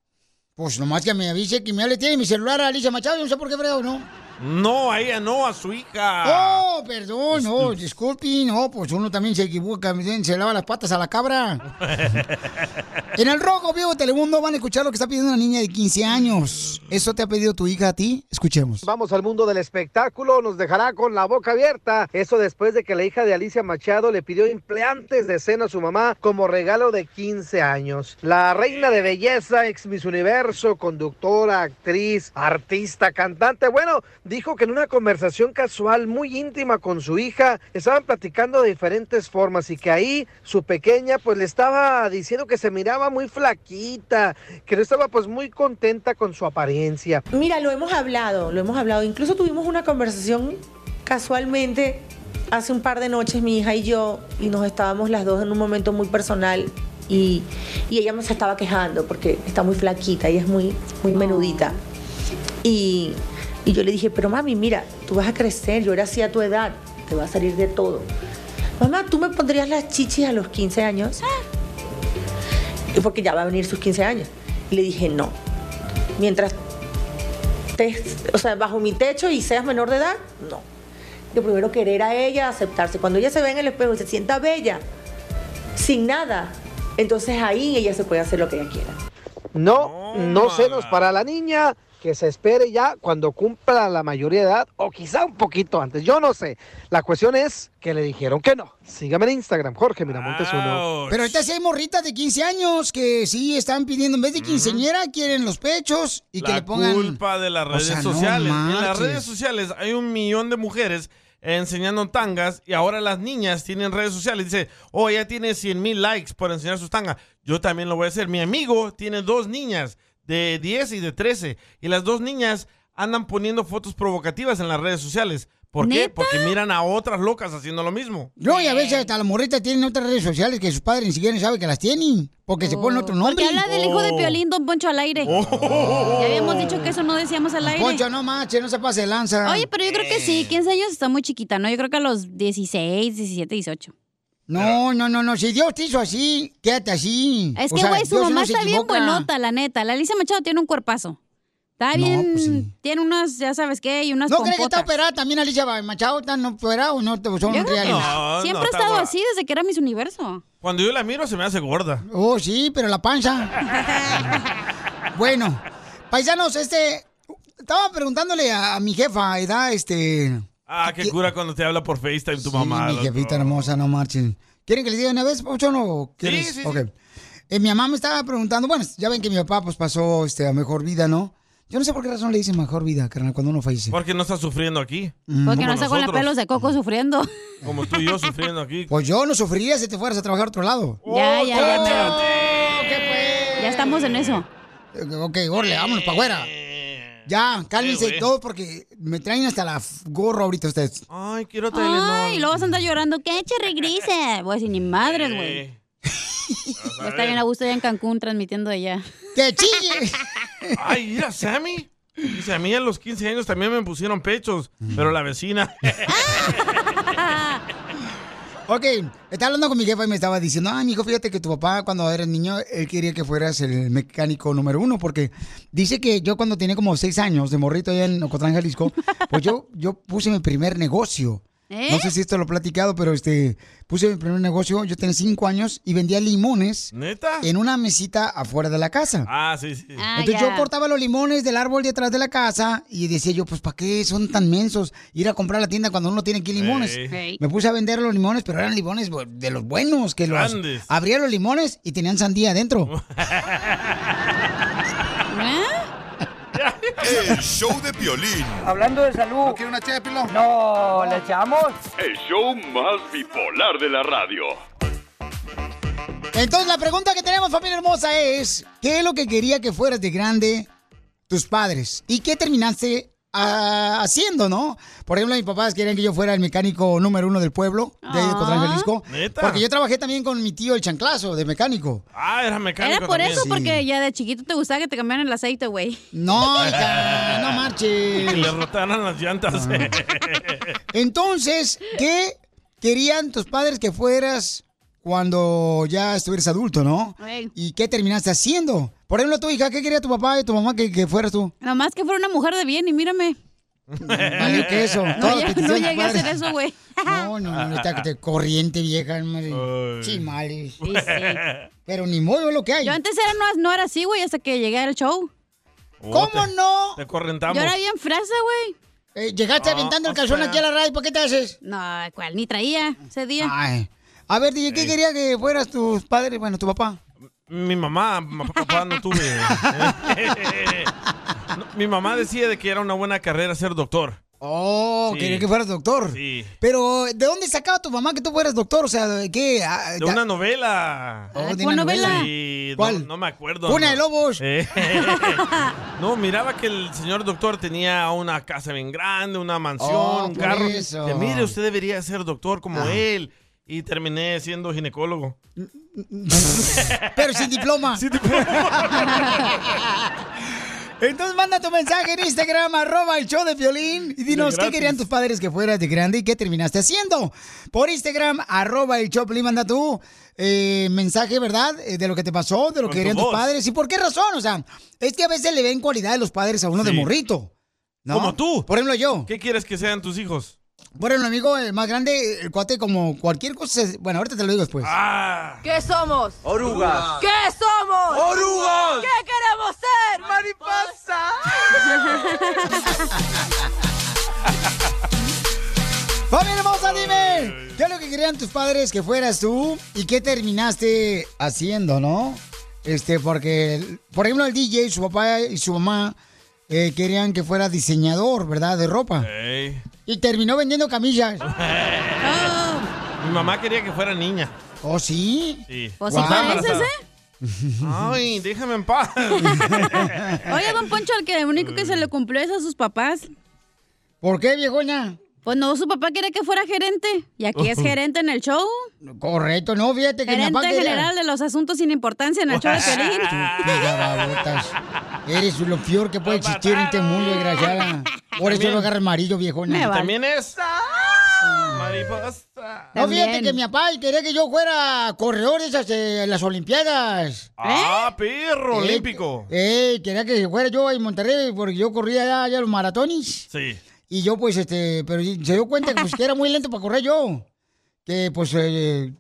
Pues nomás que me avise que me le tiene mi celular a Alicia Machado, yo no sé por qué fregado, ¿no? No, a ella no, a su hija. Oh, perdón, no, disculpe, no, pues uno también se equivoca, miren, se lava las patas a la cabra. Ah, En el Rojo Vivo de Telemundo van a escuchar lo que está pidiendo una niña de 15 años. ¿Eso te ha pedido tu hija a ti? Escuchemos. Vamos al mundo del espectáculo, nos dejará con la boca abierta. Eso después de que la hija de Alicia Machado le pidió implantes de seno a su mamá como regalo de 15 años. La reina de belleza, ex Miss Universo, conductora, actriz, artista, cantante, bueno, dijo que en una conversación casual muy íntima con su hija estaban platicando de diferentes formas y que ahí su pequeña pues le estaba diciendo que se miraba muy flaquita, que no estaba pues muy contenta con su apariencia. Mira, lo hemos hablado, lo hemos hablado. Incluso tuvimos una conversación casualmente hace un par de noches, mi hija y yo, y nos estábamos las dos en un momento muy personal. Y, y ella me se estaba quejando porque está muy flaquita, ella es muy, muy menudita. Y, y yo le dije, pero mami, mira, tú vas a crecer, yo era así a tu edad, te va a salir de todo. Mamá, ¿tú me pondrías las chichis a los 15 años? Y Porque ya va a venir sus 15 años. Y le dije, no. Mientras estés, o sea, bajo mi techo y seas menor de edad, no. Yo primero querer a ella, aceptarse. Cuando ella se ve en el espejo y se sienta bella, sin nada, entonces ahí ella se puede hacer lo que ella quiera. No, no senos para la niña, que se espere ya cuando cumpla la mayoría de edad o quizá un poquito antes, yo no sé. La cuestión es que le dijeron que no. Sígame en Instagram, Jorge Miramontes uno. Pero ahorita sí hay morritas de 15 años que sí están pidiendo, en vez de quinceñera, quieren los pechos y que la le pongan... culpa de las O redes sea, no sociales. en las marches. redes sociales hay un millón de mujeres enseñando tangas y ahora las niñas tienen redes sociales. Dice, oh, ella tiene 100 mil likes por enseñar sus tangas. Yo también lo voy a hacer. Mi amigo tiene dos niñas de 10 y de 13 y las dos niñas andan poniendo fotos provocativas en las redes sociales. ¿Por qué? ¿Neta? Porque miran a otras locas haciendo lo mismo. No, y a veces hasta las morritas tienen otras redes sociales que sus padres ni siquiera saben que las tienen, porque se ponen otro nombre. Oh. Oh. Porque habla del hijo de Piolín, Don Poncho, al aire. Ya habíamos dicho que eso no decíamos al aire. Poncho, no manches, no se pase de lanza. Eh. Oye, pero yo creo que sí, 15 años está muy chiquita, ¿no? Yo creo que a los 16, 17, 18. No, no, no, no, si Dios te hizo así, quédate así. Es O que, sea, güey, su Dios mamá no se está bien equivoca. buenota, la neta. La Alicia Machado tiene un cuerpazo. Está bien, tiene unas, ya sabes qué, y unas pues ¿No crees que está pompotas. operada también Alicia Machado? ¿Está operada o no te- son Yo creo que reales? no. no, Siempre ha está estado guapa. así desde que era Miss Universo. Cuando yo la miro se me hace gorda. Oh, sí, pero la panza. bueno, paisanos, este. Estaba preguntándole a, a mi jefa, edad, este. Ah, qué cura cuando te habla por FaceTime tu Sí, mamá. mi loco. jefita hermosa, no marchen. ¿Quieren que les diga una vez, Poncho, no? ¿O quieres? sí, sí. Ok. Eh, mi mamá me estaba preguntando, bueno, ya ven que mi papá pues pasó este, a mejor vida, ¿no? Yo no sé por qué razón le dicen mejor vida, carnal, cuando uno fallece. Porque no está sufriendo aquí. Mm. Porque Como no está con los nosotros, pelos de <laughs> coco sufriendo. Como tú y yo sufriendo <laughs> aquí. Pues yo no sufriría si te fueras a trabajar a otro lado. ya, ya, ya, pero- Ya estamos en eso. Ok, gorle, vámonos para afuera. Ya, cálmense güey. todos porque me traen hasta la f- gorro ahorita ustedes. Ay, quiero Ay, y luego vas a andar llorando. ¿Qué eche regrese? Voy a decir, ni madres, güey. Ya está bien a gusto ya en Cancún transmitiendo de allá. <laughs> ¡Que <laughs> chille! Ay, mira, Sammy. Dice, a mí a los 15 años también me pusieron pechos, pero la vecina. Ok, estaba hablando con mi jefa y me estaba diciendo, ah, mi hijo, fíjate que tu papá cuando eras niño, él quería que fueras el mecánico número uno, porque dice que yo cuando tenía como seis años de morrito allá en Ocotlán, Jalisco, pues yo, yo puse mi primer negocio. ¿Eh? No sé si esto lo he platicado, pero este, puse mi primer negocio, yo tenía cinco años y vendía limones ¿Neta? en una mesita afuera de la casa. <laughs> Ah, sí, sí. Entonces yo cortaba los limones del árbol detrás de la casa y decía yo, pues ¿para qué son tan mensos ir a comprar a la tienda cuando uno tiene aquí limones? Ey. Ey. Me puse a vender los limones, pero eran limones bu- de los buenos, que los Grandes. abría los limones y tenían <laughs> sandía adentro. ¿Eh? El show de Piolín. Hablando de salud. ¿No quiere una ché, No, ¿le echamos? El show más bipolar de la radio. Entonces la pregunta que tenemos, familia hermosa, es, ¿qué es lo que quería que fueras de grande tus padres? ¿Y qué terminaste ah, haciendo, no? Por ejemplo, mis papás querían que yo fuera el mecánico número uno del pueblo, de ahí de Cotlán, Ah. Jalisco. ¿Neta? Porque yo trabajé también con mi tío el chanclazo de mecánico. Ah, era mecánico. Era por también. eso, porque ya de chiquito te gustaba que te cambiaran el aceite, güey. <laughs> No, hija, no Y marches. le rotaran las llantas. Ah. <laughs> Entonces, ¿qué querían tus padres que fueras cuando ya estuvieras adulto, no? Ey. ¿Y qué terminaste haciendo? Por ejemplo, tu hija, ¿qué quería tu papá y tu mamá que, que fueras tú? Nomás que fuera una mujer de bien y mírame. Vale, que eso. Eh. No, todas lle- <laughs> peticiones no de llegué a padres. hacer eso, güey. <laughs> No, no, no, <laughs> está que te- corriente vieja, madre. Chimales. Pero ni modo es lo que hay. Yo antes era, no, no era así, güey, hasta que llegué al show. ¿Cómo no? Te correntamos. Yo era bien fresa, güey. llegaste Ah, aventando el o calzón sea. aquí a la radio, ¿por qué te haces? No, cual, ni traía ese día. Ay. A ver, DJ, ¿qué Ey. quería que fueras tus padres? Bueno, tu papá. Mi mamá, <laughs> ma- papá no tuve. <laughs> No, mi mamá decía de que era una buena carrera ser doctor. Oh, Sí. quería que fueras doctor. Sí. Pero, ¿de dónde sacaba tu mamá que tú fueras doctor? O sea, ¿de ¿qué? Ah, De ya- una novela. Oh, ¿de ¿cuál una novela? novela? Sí, no- ¿Cuál? No, me acuerdo. Cuna no. de lobos. Eh, <laughs> no, miraba que el señor doctor tenía una casa bien grande, una mansión, Oh, un por carro. eso. Que, mire, usted debería ser doctor como Ah. él. Y terminé siendo ginecólogo. Pero <laughs> sin diploma. Entonces manda tu mensaje en Instagram, arroba el show de violín y dinos De qué gratis. querían tus padres que fueras de grande y qué terminaste haciendo. Por Instagram, arroba el show, de Piolín, manda tu eh, mensaje, ¿verdad? Eh, De lo que te pasó, de lo Con tu que querían tus voz. padres y por qué razón. O sea, es que a veces le ven cualidades los padres a uno de Sí. morrito. ¿no? Como tú. Por ejemplo, yo. ¿Qué quieres que sean tus hijos? Por ejemplo, amigo, el más grande, el cuate, como cualquier cosa. se- Bueno, ahorita te lo digo después. <laughs> Ah. ¿Qué somos? Orugas. ¿Qué somos? Orugas. ¿Qué queremos ser? <laughs> Mariposa. ¡Familia hermosa, dime! ¿Qué es lo que querían tus padres que fueras tú? ¿Y qué terminaste haciendo, no? Este, porque, por ejemplo, el DJ, su papá y su mamá eh, querían que fuera diseñador, ¿verdad? De ropa. Ey. Y terminó vendiendo camillas. Mi mamá quería que fuera niña. ¿Oh, sí? Sí. Pues Wow. sí pareces, Embarazada. ¿eh? Ay, déjame en paz. <laughs> Oye, don Poncho, el que el único que se le cumplió es a sus papás. ¿Por qué, viejoña? Pues no, su papá quería que fuera gerente. Y aquí Oh. es gerente en el show. Correcto, no, fíjate que mi Gerente papá quería- general de los asuntos sin importancia en el show de <laughs> Pelín. Garabotas. Eres lo peor que puede existir en este mundo, desgraciada. Por eso También. lo agarra amarillo, viejona. También es. Mariposa. No, fíjate que mi papá quería que yo fuera corredor de esas, eh, las Olimpiadas. Ah, perro, Eh, olímpico. Eh, quería que fuera yo en Monterrey porque yo corría allá, allá los maratones. Sí. Y yo, pues, este, pero se dio cuenta que, pues, que era muy lento para correr yo. Que, pues, eh,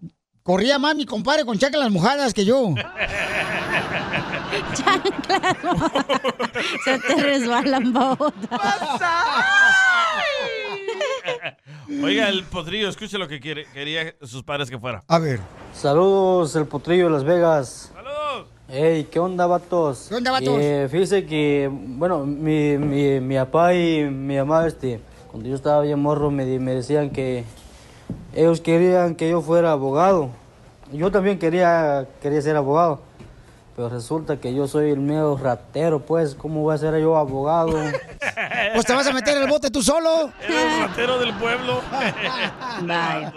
corría más mi compadre con chaclas mojadas que yo. <laughs> <laughs> Se te resbalan, Oiga, el potrillo, escuche lo que quiere, quería sus padres que fuera. A ver. Saludos, el potrillo de Las Vegas. ¡Saludos! Hey, ¿qué onda, vatos? ¿Qué onda, vatos? Eh, fíjese que, bueno, mi, mi, mi papá y mi mamá, este, cuando yo estaba bien morro, me, di- me decían que ellos querían que yo fuera abogado. Yo también quería, quería ser abogado. Pero resulta que yo soy el medio ratero, pues, ¿cómo voy a ser yo abogado? <laughs> Pues te vas a meter en el bote tú solo. Ratero del <laughs> pueblo. Vaya.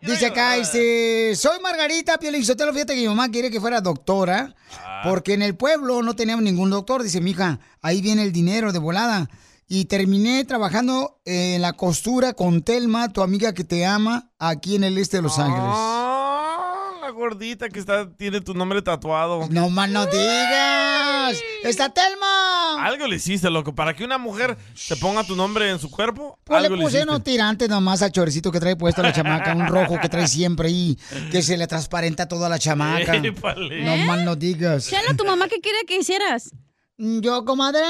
Dice acá, este, soy Margarita Piolizotelo, fíjate que mi mamá quiere que fuera doctora, Ah. porque en el pueblo no teníamos ningún doctor, dice, mija, ahí viene el dinero de volada. Y terminé trabajando en la costura con Telma, tu amiga que te ama, aquí en el este de Los Ángeles. Ah, la gordita que está, tiene tu nombre tatuado. No más no digas. ¡Está Telma! Algo le hiciste, loco. Para que una mujer se ponga tu nombre en su cuerpo, Pues algo le le puse hiciste. unos tirantes nomás al chorecito que trae puesto la chamaca, un rojo que trae siempre ahí, que se le transparenta toda <laughs> la chamaca. Épale. No más no digas. Chela, tu mamá, ¿qué quería que hicieras? Mm, ¿Yo, comadre?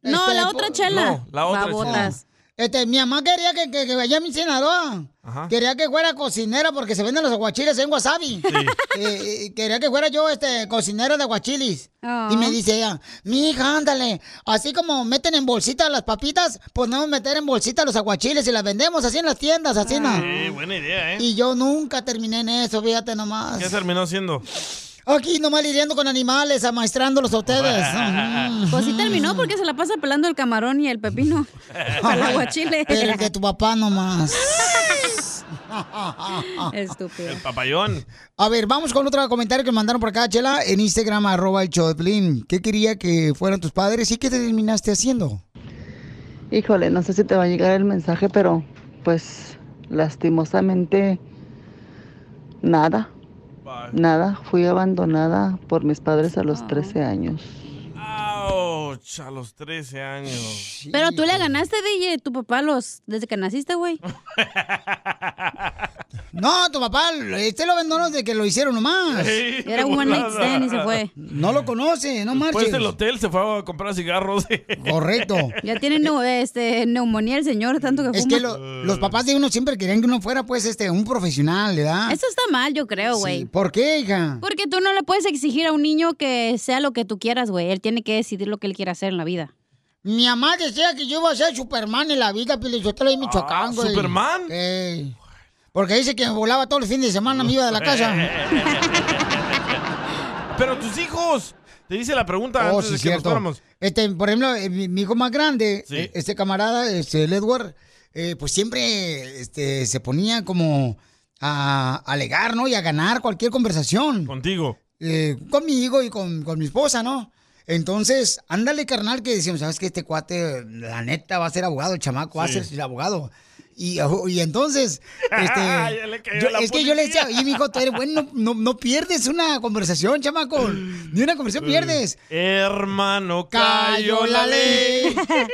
No, Este, la po- otra chela. Babotas. Este, mi mamá quería que, que, que vaya a mi senadora. Ajá. Quería que fuera cocinera porque se venden los aguachiles en wasabi. Eh, eh, quería que fuera yo este, cocinera de aguachiles. Ah. Y me dice ella, mi hija, ándale, así como meten en bolsita las papitas, podemos meter en bolsita los aguachiles y las vendemos así en las tiendas, así na". Ah. Sí, buena idea, ¿eh? Y yo nunca terminé en eso, fíjate nomás. ¿Qué terminó siendo? Aquí nomás lidiando con animales, amaestrándolos a ustedes. <laughs> <laughs> Pues sí terminó porque se la pasa pelando el camarón y el <laughs> pepino. Al aguachile. Pero <laughs> el de tu papá nomás. Estúpido. El papayón. A ver, vamos con otro comentario que mandaron por acá, Chela, en Instagram, arroba el show de Piolín. ¿Qué quería que fueran tus padres y qué te terminaste haciendo? Híjole, no sé si te va a llegar el mensaje, pero pues lastimosamente nada. Nada, fui abandonada por mis padres a Ah. los 13 años. Ouch, a los 13 años. Pero tú le ganaste, DJ, tu papá los desde que naciste, güey. No, Ah, tu papá, este lo abandonó desde que lo hicieron nomás. Sí, Era un one night stand y se fue. No lo conoce, no Después marches. del hotel se fue a comprar cigarros. <laughs> Correcto. Ya tiene <laughs> neu- este, neumonía el señor, tanto que fuma. Es que lo- los papás de uno siempre querían que uno fuera, pues, este, un profesional, ¿verdad? Eso está mal, yo creo, Sí, güey. ¿Por qué, hija? Porque tú no le puedes exigir a un niño que sea lo que tú quieras, güey. Él tiene que decidir lo que él quiere hacer en la vida. Mi mamá decía que yo iba a ser Superman en la vida, Pilichotelo y Michoacán, güey. ¿Superman? Ey. Porque dice que volaba todos los fines de semana, me <laughs> iba de la casa. Pero tus hijos, te hice la pregunta antes Oh, sí, de que cierto. nos fuéramos. Este, por ejemplo, eh, mi, mi hijo más grande, Sí. eh, este camarada, este, el Edward, eh, pues siempre este, se ponía como a alegar, ¿no? Y a ganar cualquier conversación. Eh, Contigo. conmigo y con, con mi esposa, ¿no? Entonces, ándale, carnal, que decimos, ¿sabes qué? Este cuate, la neta, va a ser abogado, el chamaco va Sí. a ser abogado. Y, y entonces, <laughs> este, Ya le cayó yo- la es que yo le policía. decía, y mi hijo, tú eres bueno, no, no pierdes una conversación, chamaco. Ni una conversación pierdes. Hermano, cayó la ley. <laughs>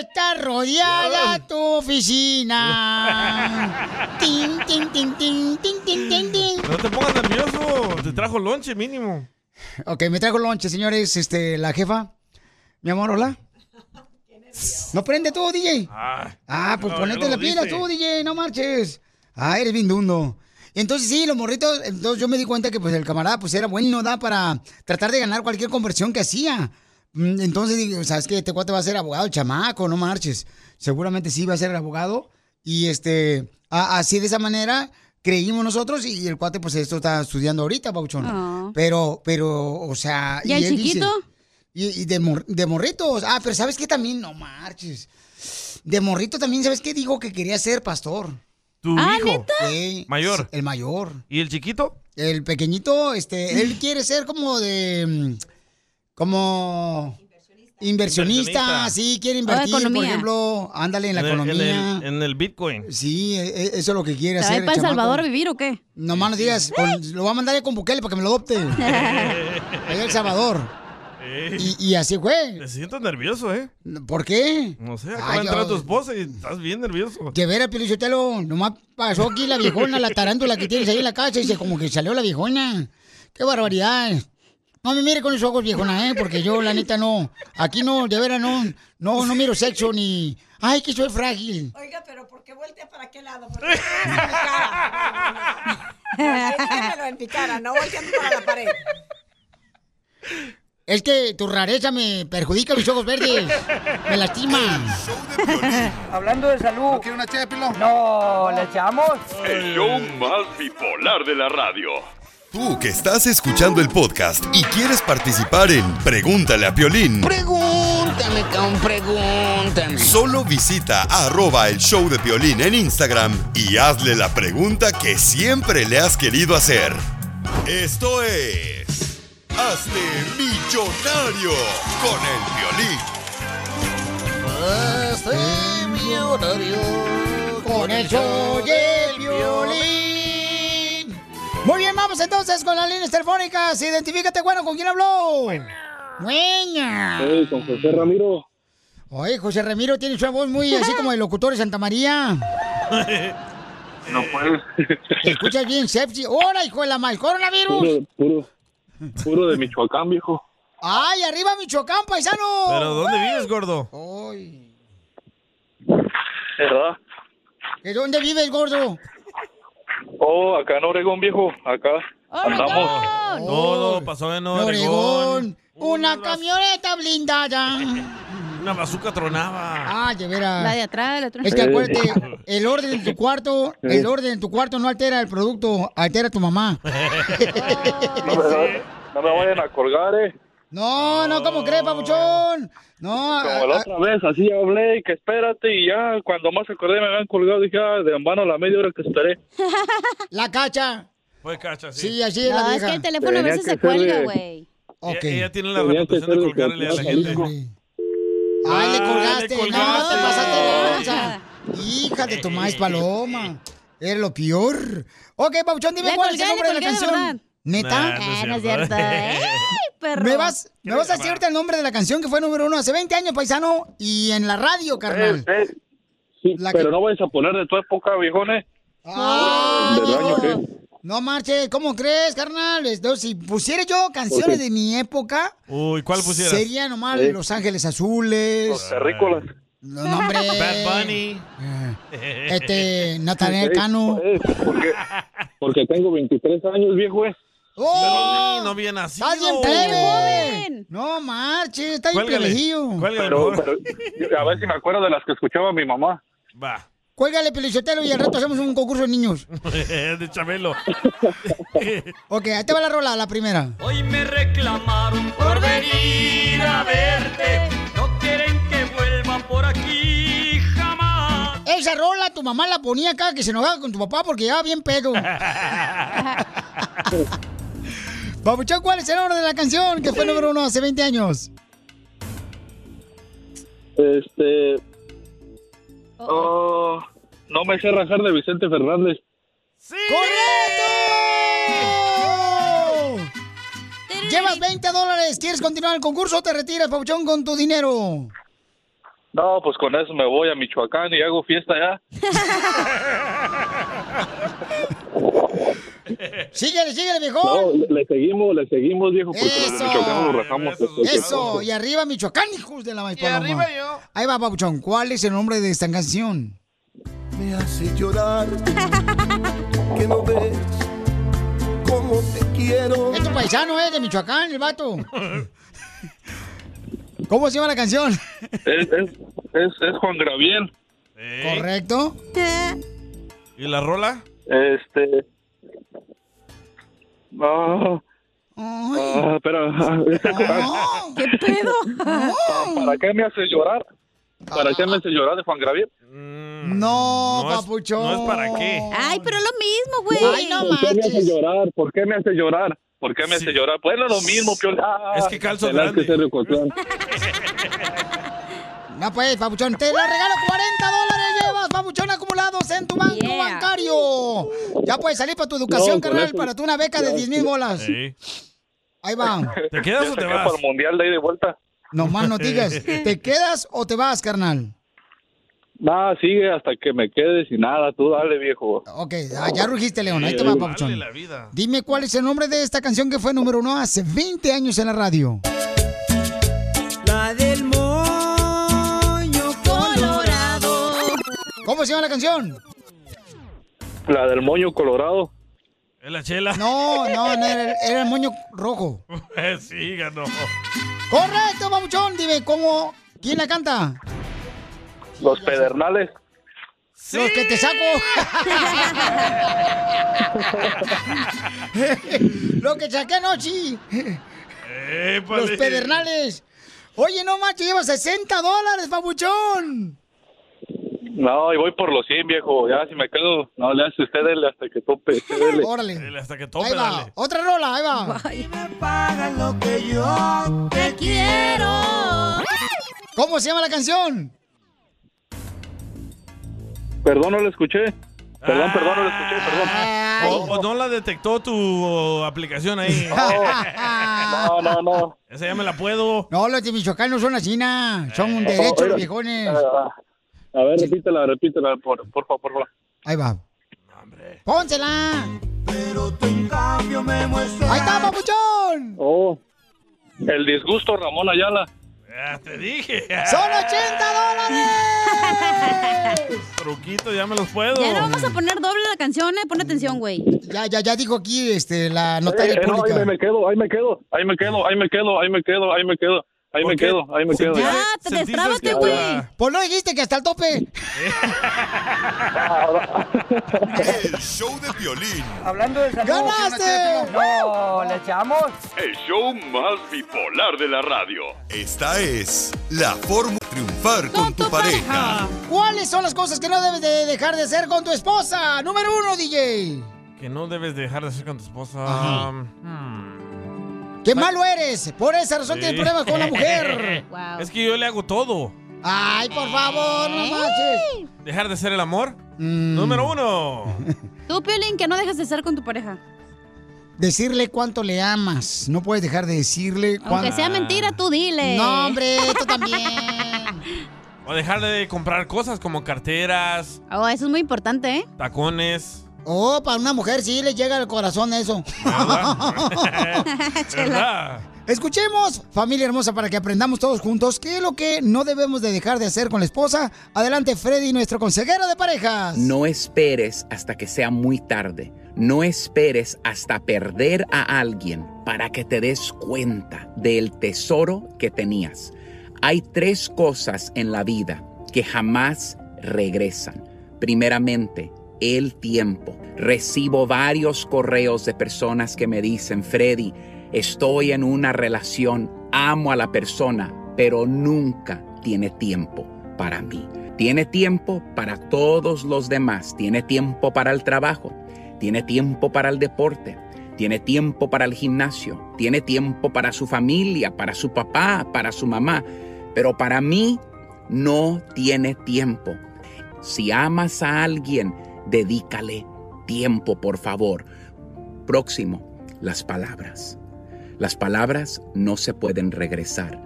Está rodeada tu <laughs> oficina. Tin, tin, tin, tin, tin, tin, tin, tin. No te pongas nervioso, te trajo lonche mínimo. Ok, me traigo lonche, señores. Este, la jefa. Mi amor, hola. ¿No prende tú, DJ? Ah, Ah, pues No, ya ponete lo la pila dice. tú, DJ, no marches. Ah, eres bien dundo. Entonces sí, los morritos, entonces yo me di cuenta que pues el camarada pues era bueno, da para tratar de ganar cualquier conversión que hacía. Mm, Entonces digo, ¿sabes qué? Este cuate va a ser abogado, el chamaco, no marches. Seguramente sí va a ser el abogado. Y este, a- así de esa manera creímos nosotros y el cuate pues esto está estudiando ahorita, Pauchón. Ah. Pero, pero, o sea... ¿Y el él dice- chiquito? y, y de, mor- de morritos. Ah, pero ¿sabes qué también? No marches. De morrito también, ¿sabes qué? Dijo que quería ser pastor. ¿Tu Ah, hijo? ¿neta? Sí, Mayor. El mayor. ¿Y el chiquito? El pequeñito, este, <laughs> <laughs> él quiere ser como de... mm, Como... Inversionista, Inversionista. sí, quiere O invertir, por economía. ejemplo, ándale en la el- economía. En el, en el Bitcoin. Sí, e- e- eso es lo que quiere ¿Te va a hacer. ir para El chamaco. Salvador a <laughs> vivir o qué? Nomás no digas, <laughs> con- lo va a mandar con Bukele para que me lo adopte. Ahí a El Salvador. Y, y así fue. Te siento nervioso, ¿eh? ¿Por qué? No sé, acaba Ay, de entrar yo- tu esposa y estás bien nervioso. De veras, Pilichotelo, nomás pasó aquí la viejona, la tarántula que tienes ahí en la casa, y se como que salió la viejona. ¡Qué barbaridad! No me mire con los ojos, viejona, ¿eh? Porque yo, la neta, no. Aquí no, de veras, no. No, no miro sexo ni... ¡Ay, que soy frágil! Oiga, pero ¿por qué voltea para qué lado? Porque en mi cara. Voltéamelo en mi cara, no volteando para la pared. Es que tu rareza me perjudica mis ojos verdes. Me lastima. Hablando de salud. ¿No quiere una ché de pilón? No, ¿le echamos? El show más bipolar de la radio. Tú que estás escuchando el podcast y quieres participar en Pregúntale a Piolín, Pregúntame, con pregúntame. solo visita arroba el show de Piolín en Instagram y hazle la pregunta que siempre le has querido hacer. Esto es... Hazte millonario con el Piolín. Hazte millonario Eh. con el show del violín. Muy bien, vamos entonces con las líneas telefónicas. Identifícate, bueno, ¿con quién habló? Buena. Hey, con José Ramiro. Oye, José Ramiro tiene una voz muy así como el locutor de Santa <laughs> María. No puedo. Escucha bien, Sepsi. ¡Hola, hijo de la mal! ¡Coronavirus! Puro, puro, puro de Michoacán, viejo. ¡Ay, arriba Michoacán, paisano! ¿Pero dónde vives, gordo? ¿Verdad? ¿De dónde vive el gordo? Oh, acá en Oregón, viejo. Acá andamos. Todo pasó en Oregón. Oregón. Una camioneta blindada. Una bazuca tronaba. Ah, de veras. La de atrás, la otra. Es que Sí. acuérdate, <laughs> el orden en tu cuarto, el orden en tu cuarto no altera el producto, altera <laughs> tu mamá. No me, no me vayan a colgar, eh. No, no, ¿cómo crees, papuchón? No, a- Como la otra vez, así hablé, que espérate, y ya cuando más acordé me habían colgado, dije, ah, de en vano la media hora que estaré. la cacha. Fue cacha, sí. Sí, así es la No, es vieja. que el teléfono a veces se cuelga, güey. Ella- Ella tiene la Tenía que reputación de ser de colgarle a la Jalisco. gente. Ay, le Ah, colgaste, le este, no, te colgaste. Eh, pasaste de lanza. Hija de tu maíz paloma. Era lo peor. Ok, Papuchón, dime Le cuál es colgué, el nombre le colgué, de la de canción. verdad. ¿Neta? Ah, eh. no es cierto. ¿eh? ¡Ey, perro! ¿Me vas, me vas a decir ahorita el nombre de la canción que fue número uno hace 20 años, paisano, y en la radio, carnal? Eh, eh, sí, La pero que- no vayas a poner de tu época, viejones. Ah, Del año viejo. que- No marches, ¿cómo crees, carnal? Entonces, si pusiera yo canciones Ok. de mi época, <laughs> Uy, ¿cuál pusieras? sería nomás Sí. Los Ángeles Azules. Los terrícolas. No, no, hombre. Bad Bunny. <laughs> Este, Natanael Eh, Cano. eh, porque, porque tengo 23 años, viejo, eh. ¡Oh! No bien así. ¡Estás bien plebe! No marches, está bien Cuélgale, privilegio. Pero, pero, a ver si me acuerdo de las que escuchaba mi mamá. Va. Cuélgale, Pelichotelo, y al rato hacemos un concurso de niños. de Chabelo. Ok, ahí te va la rola, la primera. Hoy <laughs> me reclamaron por venir a verte. No quieren que vuelva por aquí jamás. Esa rola tu mamá la ponía acá que se enojaba con tu papá porque llevaba bien pedo. Babuchón, ¿cuál es el nombre de la canción que fue número uno hace 20 años? Este. oh, no me sé rajar de Vicente Fernández. ¡Correcto! Llevas 20 dólares. ¿Quieres continuar el concurso o te retiras, Pabuchón, con tu dinero? No, pues con eso me voy a Michoacán y hago fiesta ya. Síguele, síguele, No, viejo. le, le seguimos, le seguimos, viejo, porque los Eso. de Michoacán nos rajamos. pues, Eso, y arriba Michoacán, hijos de la maíz paloma. arriba yo. Ahí va, Pabuchón. ¿Cuál es el nombre de esta canción? Me hace llorar que no ves cómo te quiero. Es tu paisano, ¿eh? De Michoacán, el vato. ¿Cómo se llama la canción? Es, es, es, es Juan Gabriel. ¿Correcto? ¿Y la rola? Este. No. Ah, <laughs> pero. ah, esta- ah, ¿Qué pedo? ¿Para qué me hace llorar? ¿Para qué me hace llorar de Juan Gabriel? No, no es- papuchón. no es para qué. Ay, pero es lo mismo, güey. Ay, no ¿Por qué me hace manches. llorar? ¿Por qué me hace llorar? ¿Por qué me hace llorar? Pues no es lo mismo, Piolín. Ah, Es que calzo tenés que grande. ser de Ocotlán. No, pues, papuchón, te la regalo 40 dólares llevas, papuchón, acumulados en tu banco bancario. Ya puedes salir para tu educación, No, con carnal, eso- para tu una beca de Ya, 10 mil bolas. Sí. Ahí va. ¿Te quedas Ya o <laughs> te saqué vas? para el mundial de ahí de vuelta. Nomás <laughs> no digas, ¿te quedas o te vas, carnal? Nah, sigue hasta que me quede sin nada. Tú dale, viejo. Ok, ah, ya rugiste, León. Ahí te va, papuchón. Dime cuál es el nombre de esta canción que fue número uno hace 20 años en la radio. La del moño colorado. ¿Cómo se llama la canción? La del moño colorado. Es la chela. No, no, no, era, era el moño rojo. Eh, sí, ganó. Correcto, mamuchón. Dime, ¿cómo? ¿Quién la canta? Los pedernales. Los que <laughs> te saco. <laughs> Lo que saqué anoche. Los pedernales. Oye, no macho, lleva 60 dólares, papuchón. No, y voy por los 100, viejo. Ya, si me quedo, no le hace usted dele hasta que tope. usted <laughs> dele. Órale. hasta que Ah. Ahí tope, va, dale. otra rola, ahí va. me pagan lo que yo te quiero. ¿Cómo se llama la canción? Perdón, no lo escuché. Perdón, perdón, no lo escuché, perdón. O, o no la detectó tu aplicación ahí. <laughs> No, no, no. Esa ya me la puedo. Eh. No, los de Michoacán no son así, na. Son un Oh, derecho, oiga. los viejones. Ah, a ver, repítela, repítela, por, por favor, por favor. Ahí va. ¡Pónsela! Cambio me muestro. ¡Ahí está, papuchón! Oh, el disgusto, Ramón Ayala. Ya te dije. ¡Son Ah. 80 dólares! Truquito, ya me los puedo. Ya no vamos a poner doble la canción, eh. Pon atención, güey. Ya, ya, ya dijo aquí este, la notaria Eh, eh, no, ahí pública. me, me quedo, ahí me quedo, ahí me quedo, ahí me quedo, ahí me quedo, ahí me quedo, ahí me quedo, ahí me quedo. Ya, ya. te destrábate, güey. Pues no dijiste que hasta el tope. El show de Piolín. Hablando de salud. ¡Ganaste! No, le echamos. El show más bipolar de la radio. Esta es la fórmula de triunfar con tu pareja. ¿Cuáles son las cosas que no debes de dejar de hacer con tu esposa? Número uno, DJ. Que no debes dejar de hacer con tu esposa. Um, Ajá. Hmm. ¡Qué malo eres! Por esa razón Sí. tienes problemas con <laughs> la mujer. Es que yo le hago todo. ¡Ay, por favor, no Mm. manches! Dejar de hacer el amor. Número <laughs> uno. Tú, Piolín, que no dejas de estar con tu pareja. Decirle cuánto le amas. No puedes dejar de decirle cuánto. Aunque sea mentira, tú dile. No, hombre, tú también. O dejar de comprar cosas como carteras, Oh, eso es muy importante, ¿eh? tacones. Oh, para una mujer sí le llega al corazón eso. <laughs> ¿Verdad? Escuchemos, familia hermosa, para que aprendamos todos juntos qué es lo que no debemos de dejar de hacer con la esposa. Adelante, Freddy, nuestro consejero de parejas. No esperes hasta que sea muy tarde. No esperes hasta perder a alguien para que te des cuenta del tesoro que tenías. Hay tres cosas en la vida que jamás regresan. Primeramente, el tiempo. Recibo varios correos de personas que me dicen, Freddy, estoy en una relación, amo a la persona, pero nunca tiene tiempo para mí. Tiene tiempo para todos los demás. Tiene tiempo para el trabajo. Tiene tiempo para el deporte. Tiene tiempo para el gimnasio. Tiene tiempo para su familia, para su papá, para su mamá. Pero para mí no tiene tiempo. Si amas a alguien, dedícale tiempo, por favor. Próximo, las palabras. Las palabras no se pueden regresar.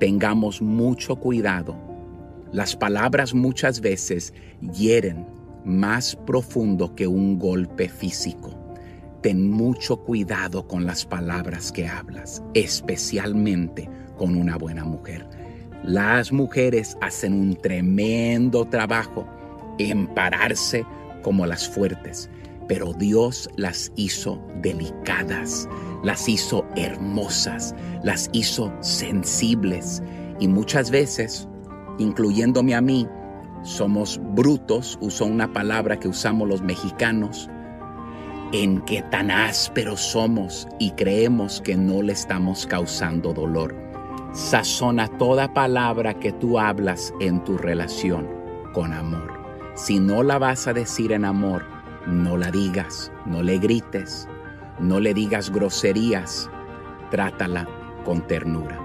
Tengamos mucho cuidado las palabras muchas veces hieren más profundo que un golpe físico. Ten mucho cuidado con las palabras que hablas, especialmente con una buena mujer. Las mujeres hacen un tremendo trabajo en pararse como las fuertes, pero Dios las hizo delicadas, las hizo hermosas, las hizo sensibles y muchas veces incluyéndome a mí, somos brutos, uso una palabra que usamos los mexicanos, en que tan ásperos somos y creemos que no le estamos causando dolor. Sazona toda palabra que tú hablas en tu relación con amor. Si no la vas a decir en amor, no la digas, no le grites, no le digas groserías, trátala con ternura.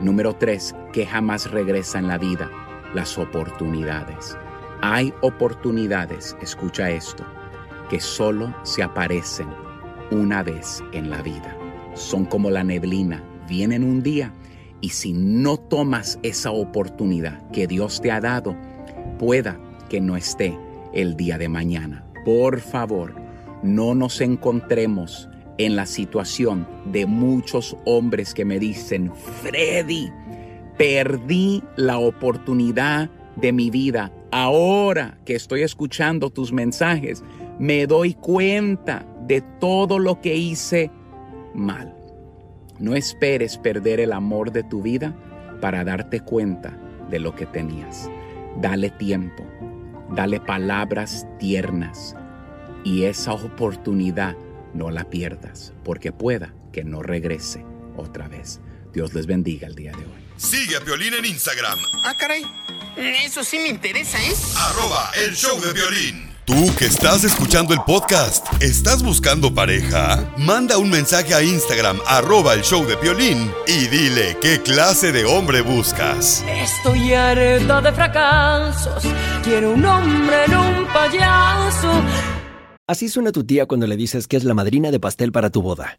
Número tres, que jamás regresa en la vida, las oportunidades. Hay oportunidades, escucha esto, que solo se aparecen una vez en la vida. Son como la neblina, vienen un día y si no tomas esa oportunidad que Dios te ha dado, pueda que no esté el día de mañana. Por favor, no nos encontremos en la situación de muchos hombres que me dicen, Freddy, perdí la oportunidad de mi vida. Ahora que estoy escuchando tus mensajes, me doy cuenta de todo lo que hice mal. No esperes perder el amor de tu vida para darte cuenta de lo que tenías. Dale tiempo, dale palabras tiernas y esa oportunidad no la pierdas porque pueda que no regrese otra vez. Dios les bendiga el día de hoy. Sigue a Piolín en Instagram, Ah, caray. Eso sí me interesa, ¿eh? arroba el show de violín. Tú que estás escuchando el podcast, ¿estás buscando pareja? Manda un mensaje a Instagram, arroba el show de violín, y dile qué clase de hombre buscas. Estoy harta de fracasos. Quiero un hombre en un payaso. Así suena tu tía cuando le dices que es la madrina de pastel para tu boda.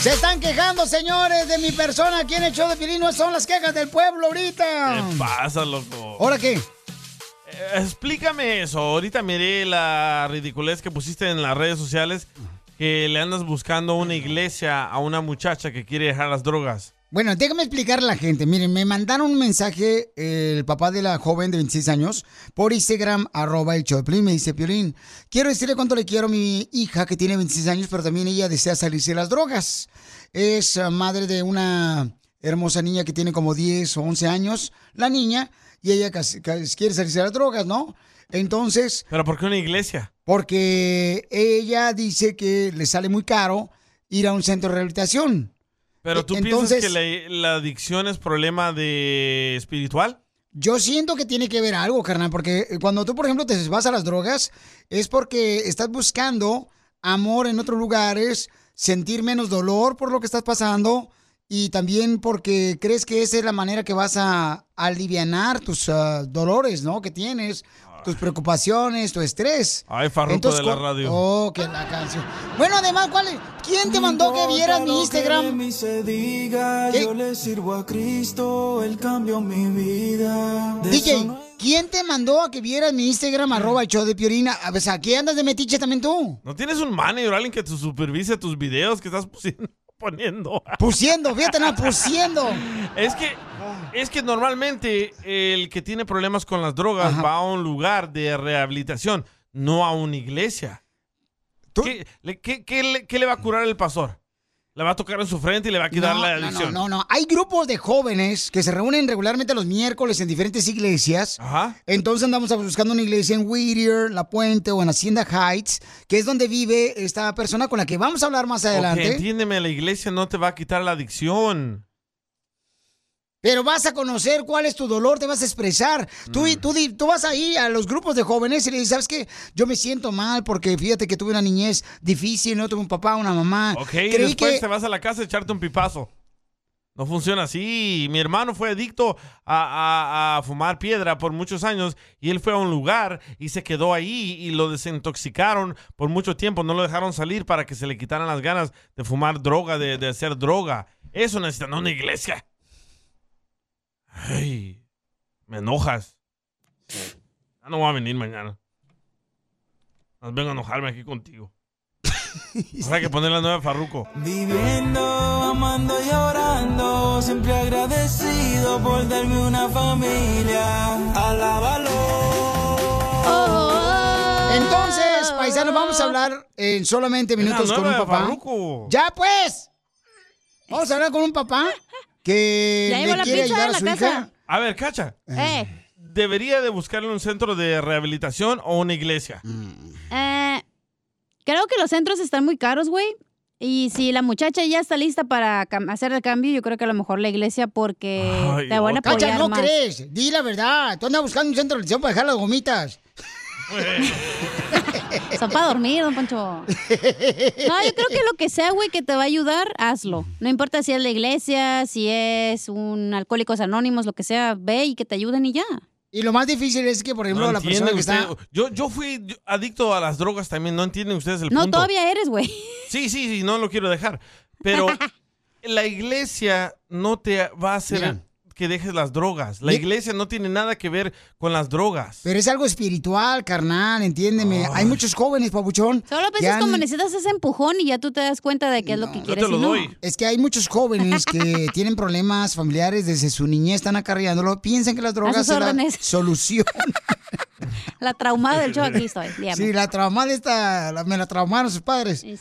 Se están quejando, señores, de mi persona aquí en el show de Piolín. No son las quejas del pueblo ahorita. ¿Qué pasa, loco? ¿Ahora qué? Eh, Explícame eso. Ahorita miré la ridiculez que pusiste en las redes sociales que le andas buscando una iglesia a una muchacha que quiere dejar las drogas. Bueno, déjame explicar a la gente. Miren, me mandaron un mensaje eh, el papá de la joven de 26 años por Instagram, arroba el Choplin. Me dice, Piolín, quiero decirle cuánto le quiero a mi hija que tiene 26 años, pero también ella desea salirse de las drogas. Es eh, madre de una hermosa niña que tiene como 10 o 11 años, la niña, y ella casi- casi quiere salirse de las drogas, ¿no? Entonces, ¿Pero por qué una iglesia? porque ella dice que le sale muy caro ir a un centro de rehabilitación. E, ¿Pero tú Eh, Entonces- piensas que la, la adicción es problema de espiritual? Yo siento que tiene que ver algo, carnal, porque eh, cuando tú, por ejemplo, te vas a las drogas, es porque estás buscando amor en otros lugares, sentir menos dolor por lo que estás pasando y también porque crees que esa es la manera que vas a alivianar tus ah, dolores, ¿no? Que tienes, tus preocupaciones, tu estrés. Ay, farruco Entonces, de la cu- radio. Oh, que la canción. Bueno, además, ¿cuál es? ¿quién te mandó que vieras mi Que de Instagram? mí se diga, yo le sirvo a Cristo, Él cambió mi vida. De eso DJ, no- ¿quién te mandó a que vieras mi Instagram, arroba el show de Piorina? A ver, ¿a qué andas de metiche también tú? ¿No tienes un manager o alguien que te supervise tus videos que estás <laughs> pusi- poniendo? Pusiendo, fíjate, no, pusiendo. Es que, es que normalmente el que tiene problemas con las drogas va a un lugar de rehabilitación, no a una iglesia. ¿Qué, le- qué- qué le, qué le va a curar el pastor? Le va a tocar en su frente y le va a quitar la no, adicción. No, no, no. Hay grupos de jóvenes que se reúnen regularmente los miércoles en diferentes iglesias. Entonces andamos buscando una iglesia en Whittier, La Puente o en Hacienda Heights, que es donde vive esta persona con la que vamos a hablar más Ok, adelante. entiéndeme, la iglesia no te va a quitar la adicción. Pero vas a conocer cuál es tu dolor, te vas a expresar. Tú, Mm. y- tú, di- tú vas ahí a los grupos de jóvenes y le dices, ¿sabes qué? Yo me siento mal porque fíjate que tuve una niñez difícil, no tuve un papá, una mamá. Ok, y Creí después que- te vas a la casa a echarte un pipazo. No funciona así. Mi hermano fue adicto a, a- a fumar piedra por muchos años y él fue a un lugar y se quedó ahí y lo desintoxicaron por mucho tiempo. No lo dejaron salir para que se le quitaran las ganas de fumar droga, de, de hacer droga. Eso necesitan una iglesia. Ay, me enojas. Ya no voy a venir mañana. Nos vengo a enojarme aquí contigo. Habrá que poner la nueva Farruco. Viviendo, amando y orando, siempre agradecido por darme una familia. Alábalo. Entonces, paisanos, vamos a hablar en solamente la minutos con un nueva de papá. Farruko. ¡Ya pues! Vamos a hablar con un papá que Ya llegó le la quiere pizza ayudar a de su la hija. casa. A ver, cacha. Eh, ¿Debería de buscarle un centro de rehabilitación o una iglesia? <laughs> Mm. eh, creo que los centros están muy caros, güey. Y si la muchacha ya está lista para cam- hacer el cambio, yo creo que a lo mejor la iglesia porque te van a apoyar Cacha, no más. crees. Di la verdad. Tú andas buscando un centro de rehabilitación para dejar las gomitas. Son para dormir, don Poncho. No, yo creo que lo que sea, güey, que te va a ayudar, hazlo. No importa si es la iglesia, si es un Alcohólicos Anónimos, lo que sea, ve y que te ayuden y ya. Y lo más difícil es que, por No entienden ustedes- yo, yo fui yo- adicto a las drogas también, no entienden ustedes el No, punto. todavía eres, güey. Sí, sí, sí, no lo quiero dejar. <laughs> Pero la iglesia no te va a hacer Mira. que dejes las drogas. La Mi- iglesia no tiene nada que ver con las drogas. Pero es algo espiritual, carnal, entiéndeme. Hay muchos jóvenes, papuchón. Solo a que veces han- como necesitas ese empujón y ya tú te das cuenta de qué es lo que quieres y no. Es que hay muchos <laughs> jóvenes que tienen problemas familiares desde su niñez, están acarreándolo, piensan que las drogas sus es la órdenes. <laughs> solución. La traumada <laughs> del show aquí estoy. Sí, la trauma de esta, la- me la traumaron sus padres. Sí.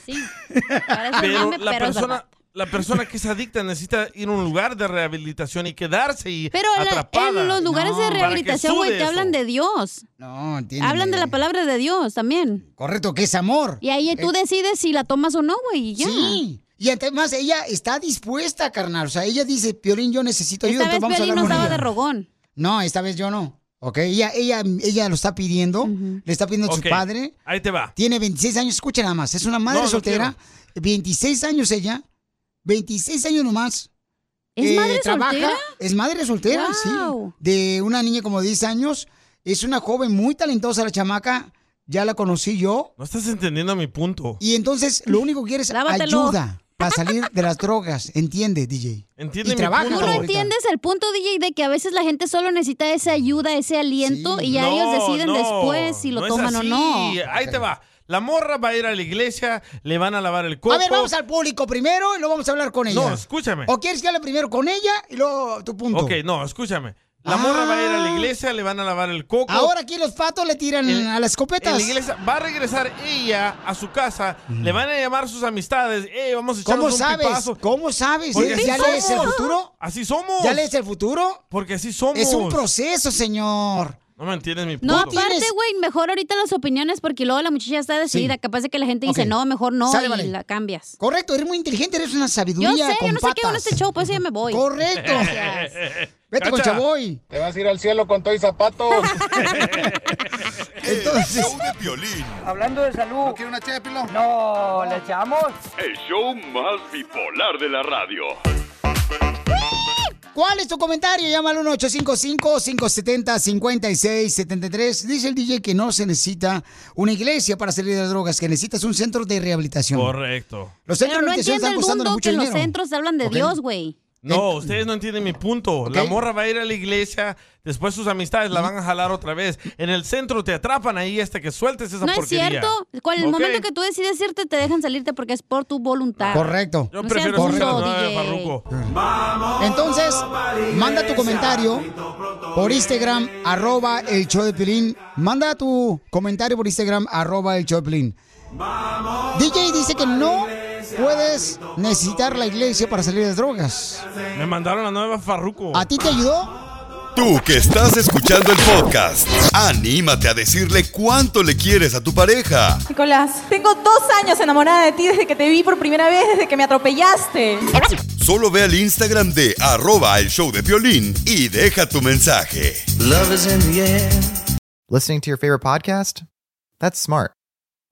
Pero la pero es persona, la persona que es adicta necesita ir a un lugar de rehabilitación y quedarse y Pero la- atrapada. en los lugares de Para que rehabilitación, güey, sude te eso. hablan de Dios. No, entiéndeme. Hablan de la palabra de Dios también. Correcto, que es amor. Y ahí tú Eh, decides si la tomas o no, güey, y ya. Sí. Y además ella está dispuesta, carnal. O sea, ella dice, Piolín, yo necesito Esta ayuda. vez entonces vamos a Piolín no hablar con estaba ella". de rogón. No, esta vez yo no. Ok, ella, ella, ella lo está pidiendo, le está pidiendo a Ok, su padre. Ahí te va. Tiene 26 años, escucha nada más, es una madre No, no soltera, 26 años ella, 26 años nomás. ¿Es madre soltera? Es madre soltera, Wow. sí. De una niña como de 10 años, es una joven muy talentosa la chamaca, ya la conocí yo, No estás entendiendo mi punto. y entonces lo único que quiere es Lávatelo. ayuda para salir de las drogas, ¿entiende, DJ? Entiende y trabaja. Tú no ahorita. entiendes el punto, DJ, de que a veces la gente solo necesita esa ayuda, ese aliento, y ya No, ellos deciden no, después si lo no es toman o así. no. Ahí te va. La morra va a ir a la iglesia, le van a lavar el coco. A ver, vamos al público primero y luego vamos a hablar con ella. No, escúchame. ¿O quieres que hable primero con ella y luego tu punto? Ah. Ok, no, escúchame. La morra va a ir a la iglesia, le van a lavar el coco. Ahora aquí los patos le tiran El- a las escopetas. En la iglesia va a regresar ella a su casa, le van a llamar sus amistades, eh, vamos a echarnos ¿Cómo un sabes? pipazo. ¿Cómo sabes? Porque así ¿Ya somos. lees el futuro? Así somos. ¿Ya lees el futuro? Porque así somos. Es un proceso, señor. No me entiendes mi punto. No, aparte, güey, mejor ahorita las opiniones porque luego la muchacha ya está decidida. Capaz de que la gente dice, Ok. no, mejor no, Sale, y vale. la cambias. Correcto, eres muy inteligente, eres una sabiduría yo sé, con yo no sé qué bueno patas. este show, por eso ya me voy. Correcto. Vete con Cacha. Chaboy. Te vas a ir al cielo con todo y zapatos. Entonces. Hablando de salud. ¿No una No, ¿le echamos? El show más bipolar de la radio. ¿Cuál es tu comentario? Llama al 1-855-570-5673. Dice el DJ que no se necesita una iglesia para salir de las drogas, que necesitas un centro de rehabilitación. Correcto. Los centros Pero no de rehabilitación entiende están el costando mundo mucho que los dinero. centros hablan de Ok. Dios, güey. No, ustedes no entienden mi punto. La morra va a ir a la iglesia, después sus amistades la van a jalar otra vez. En el centro te atrapan ahí hasta que sueltes esa No es porquería. cierto. Cuando el Ok. momento que tú decides irte, te dejan salirte porque es por tu voluntad. Correcto. Yo No seas prefiero escuchar burro, las nueve de DJ. Farruko. Entonces, manda tu comentario por Instagram, arroba el show de Pilín. Manda tu comentario por Instagram, arroba el show de Piolín. DJ dice que no puedes necesitar la iglesia para salir de las drogas. Me mandaron la nueva Farruko. ¿A ti te ayudó? Tú que estás escuchando el podcast, anímate a decirle cuánto le quieres a tu pareja. Nicolás, tengo dos años enamorada de ti desde que te vi por primera vez, desde que me atropellaste. Solo ve al Instagram de arroba el show de violín y deja tu mensaje. Listening to your favorite podcast? That's smart.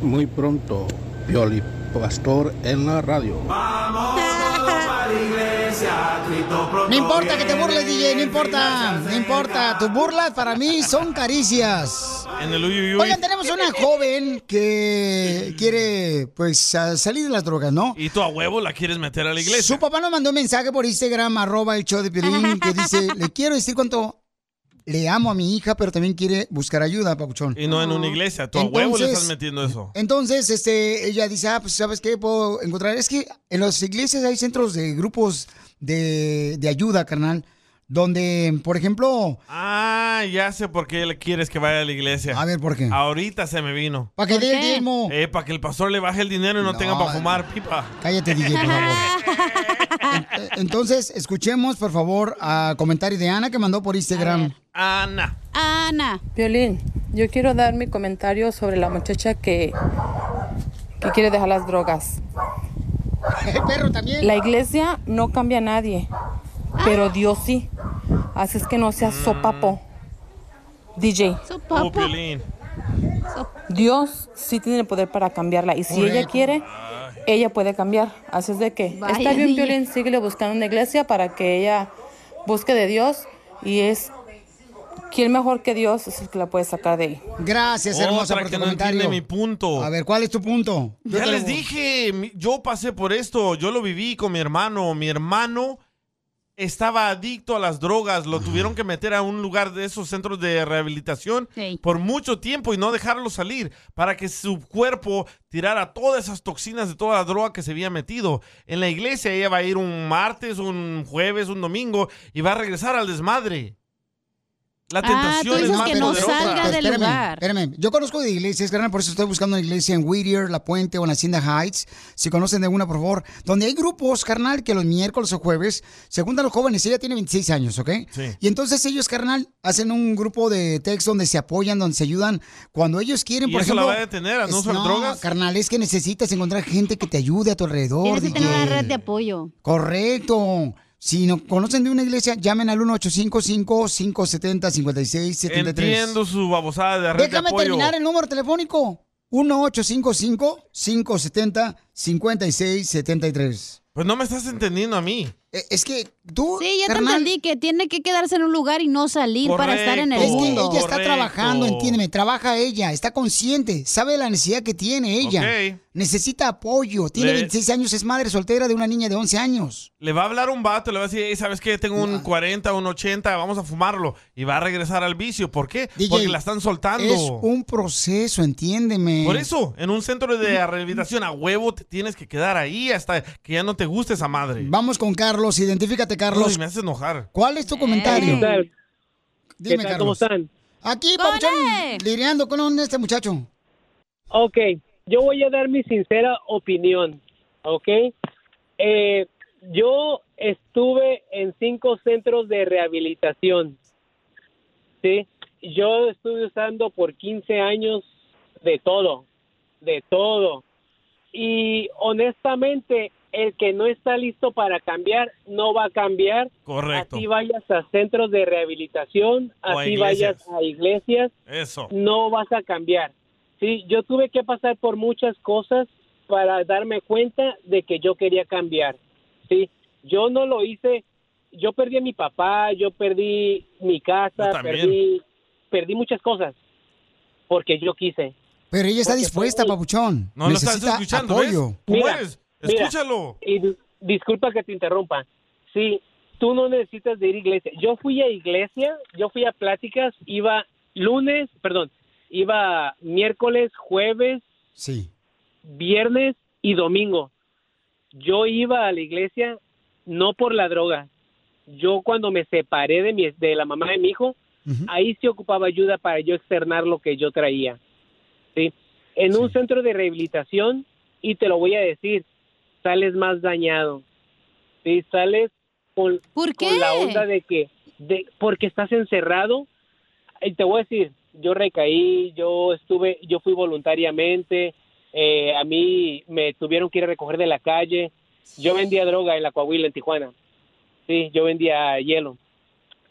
Muy pronto, Pioli Pastor en la radio. No importa que te burles, DJ, no importa, no importa. Tus burlas para mí son caricias. En el uyuyuy. Oigan, tenemos una joven que quiere, pues, a- salir de las drogas, ¿no? Y tú a huevo la quieres meter a la iglesia. Su papá nos mandó un mensaje por Instagram, arroba el show de Piolín, que dice, le quiero decir cuánto le amo a mi hija, pero también quiere buscar ayuda, Papuchón. Y no en una iglesia. Tú a huevo le Entonces- eh, estás metiendo eso. Entonces, este, ella dice, ah, pues, ¿sabes qué puedo encontrar? Es que en las iglesias hay centros de grupos de, de ayuda, carnal, donde, por ejemplo, Ah, ya sé por qué le quieres que vaya a la iglesia. A ver, ¿por qué? Ahorita se me vino. para que dé el diezmo. Eh, para que el pastor le baje el dinero y no, tenga para fumar pipa. Cállate, DJ, por favor. En- Entonces, escuchemos, por favor, a comentario de Ana que mandó por Instagram. Ana. Ana. Violín, yo quiero dar mi comentario sobre la muchacha que, que quiere dejar las drogas. La iglesia no cambia a nadie, pero Dios sí. Así es que no seas sopapo. DJ. Oh, Piolín. Dios sí tiene el poder para cambiarla y si ella Correcto. quiere, ella puede cambiar. Así es de que Vaya, está bien, DJ. Piolín, síguele buscando una iglesia para que ella busque de Dios y es quien mejor que Dios es el que la puede sacar de ahí. Gracias, hermosa, por tu comentario. mi punto. A ver, ¿cuál es tu punto? Yo Ya te lo- les dije, mi- yo pasé por esto, yo lo viví con mi hermano. Mi hermano estaba adicto a las drogas, lo tuvieron que meter a un lugar de esos centros de rehabilitación por mucho tiempo y no dejarlo salir para que su cuerpo tirara todas esas toxinas de toda la droga que se había metido. En la iglesia ella va a ir un martes, un jueves, un domingo y va a regresar al desmadre. La Ah, tentación es más poderosa. Espérame, espérame. Yo conozco de iglesias, carnal, por eso estoy buscando una iglesia en Whittier, La Puente o en Hacienda Heights. Si conocen de una, por favor. Donde hay grupos, carnal, que los miércoles o jueves se juntan los jóvenes. Ella tiene 26 años, ¿ok? Sí. Y entonces ellos, carnal, hacen un grupo de text donde se apoyan, donde se ayudan. Cuando ellos quieren, ¿Y por eso la ejemplo... va a detener, a no es- usar drogas? carnal, es que necesitas encontrar gente que te ayude a tu Oh, alrededor. Tienes que tener DJ. una red de apoyo. Correcto. Si no conocen de una iglesia, llamen al 1-855-570-5673. Entiendo su babosada de red de Déjame apoyo. terminar el número telefónico. 1-855-570-5673. Pues no me estás entendiendo a mí. Eh, Es que tú. Sí, ya carnal. te entendí que tiene que quedarse en un lugar y no salir para estar en el Es que mundo. ella está trabajando, entiéndeme, trabaja ella, está consciente, sabe la necesidad que tiene ella. Ok. Necesita apoyo, tiene Le- 26 años, es madre soltera de una niña de 11 años. Le va a hablar un vato, le va a decir, "Ey, ¿sabes qué? Tengo Ah. un 40, un 80, vamos a fumarlo. Y va a regresar al vicio. ¿Por qué? DJ, Porque la están soltando. Es un proceso, entiéndeme. Por eso, en un centro de rehabilitación a huevo te tienes que quedar ahí hasta que ya no te guste esa madre. Vamos con Carlos, identifícate, Carlos. Uy, me haces enojar. ¿Cuál es tu comentario? ¿Qué tal? Dime, ¿Qué tal? Carlos. ¿Cómo están? Aquí, papuchón, lireando con este muchacho. Ok, yo voy a dar mi sincera opinión, ¿ok? Eh, yo estuve en cinco centros de rehabilitación, ¿sí? Yo estuve usando por 15 años de todo, de todo. Y honestamente, el que no está listo para cambiar, no va a cambiar. Correcto. Así vayas a centros de rehabilitación, O a así iglesias. vayas a iglesias, Eso. no vas a cambiar. Sí, yo tuve que pasar por muchas cosas para darme cuenta de que yo quería cambiar. Sí, yo no lo hice. Yo perdí a mi papá, yo perdí mi casa, Yo también. perdí, perdí muchas cosas porque yo quise. Pero ella está Porque dispuesta, papuchón. No lo estás Necesita escuchando, apoyo. ¿ves? ¿Cómo Mira, eres? mira. Escúchalo. Y di- disculpa que te interrumpa. Sí, tú no necesitas de ir a iglesia. Yo fui a iglesia, yo fui a pláticas, iba lunes, perdón, iba miércoles, jueves, Sí. viernes y domingo. Yo iba a la iglesia no por la droga. Yo cuando me separé de mi de la mamá de mi hijo, ahí sí ocupaba ayuda para yo externar lo que yo traía. ¿sí? En un centro de rehabilitación y te lo voy a decir, sales más dañado. ¿sí? Sales con, con la onda de que, de, porque estás encerrado, y te voy a decir, yo recaí, yo estuve, yo fui voluntariamente, eh, a mí me tuvieron que ir a recoger de la calle, yo vendía droga en la Coahuila, en Tijuana, sí, yo vendía hielo.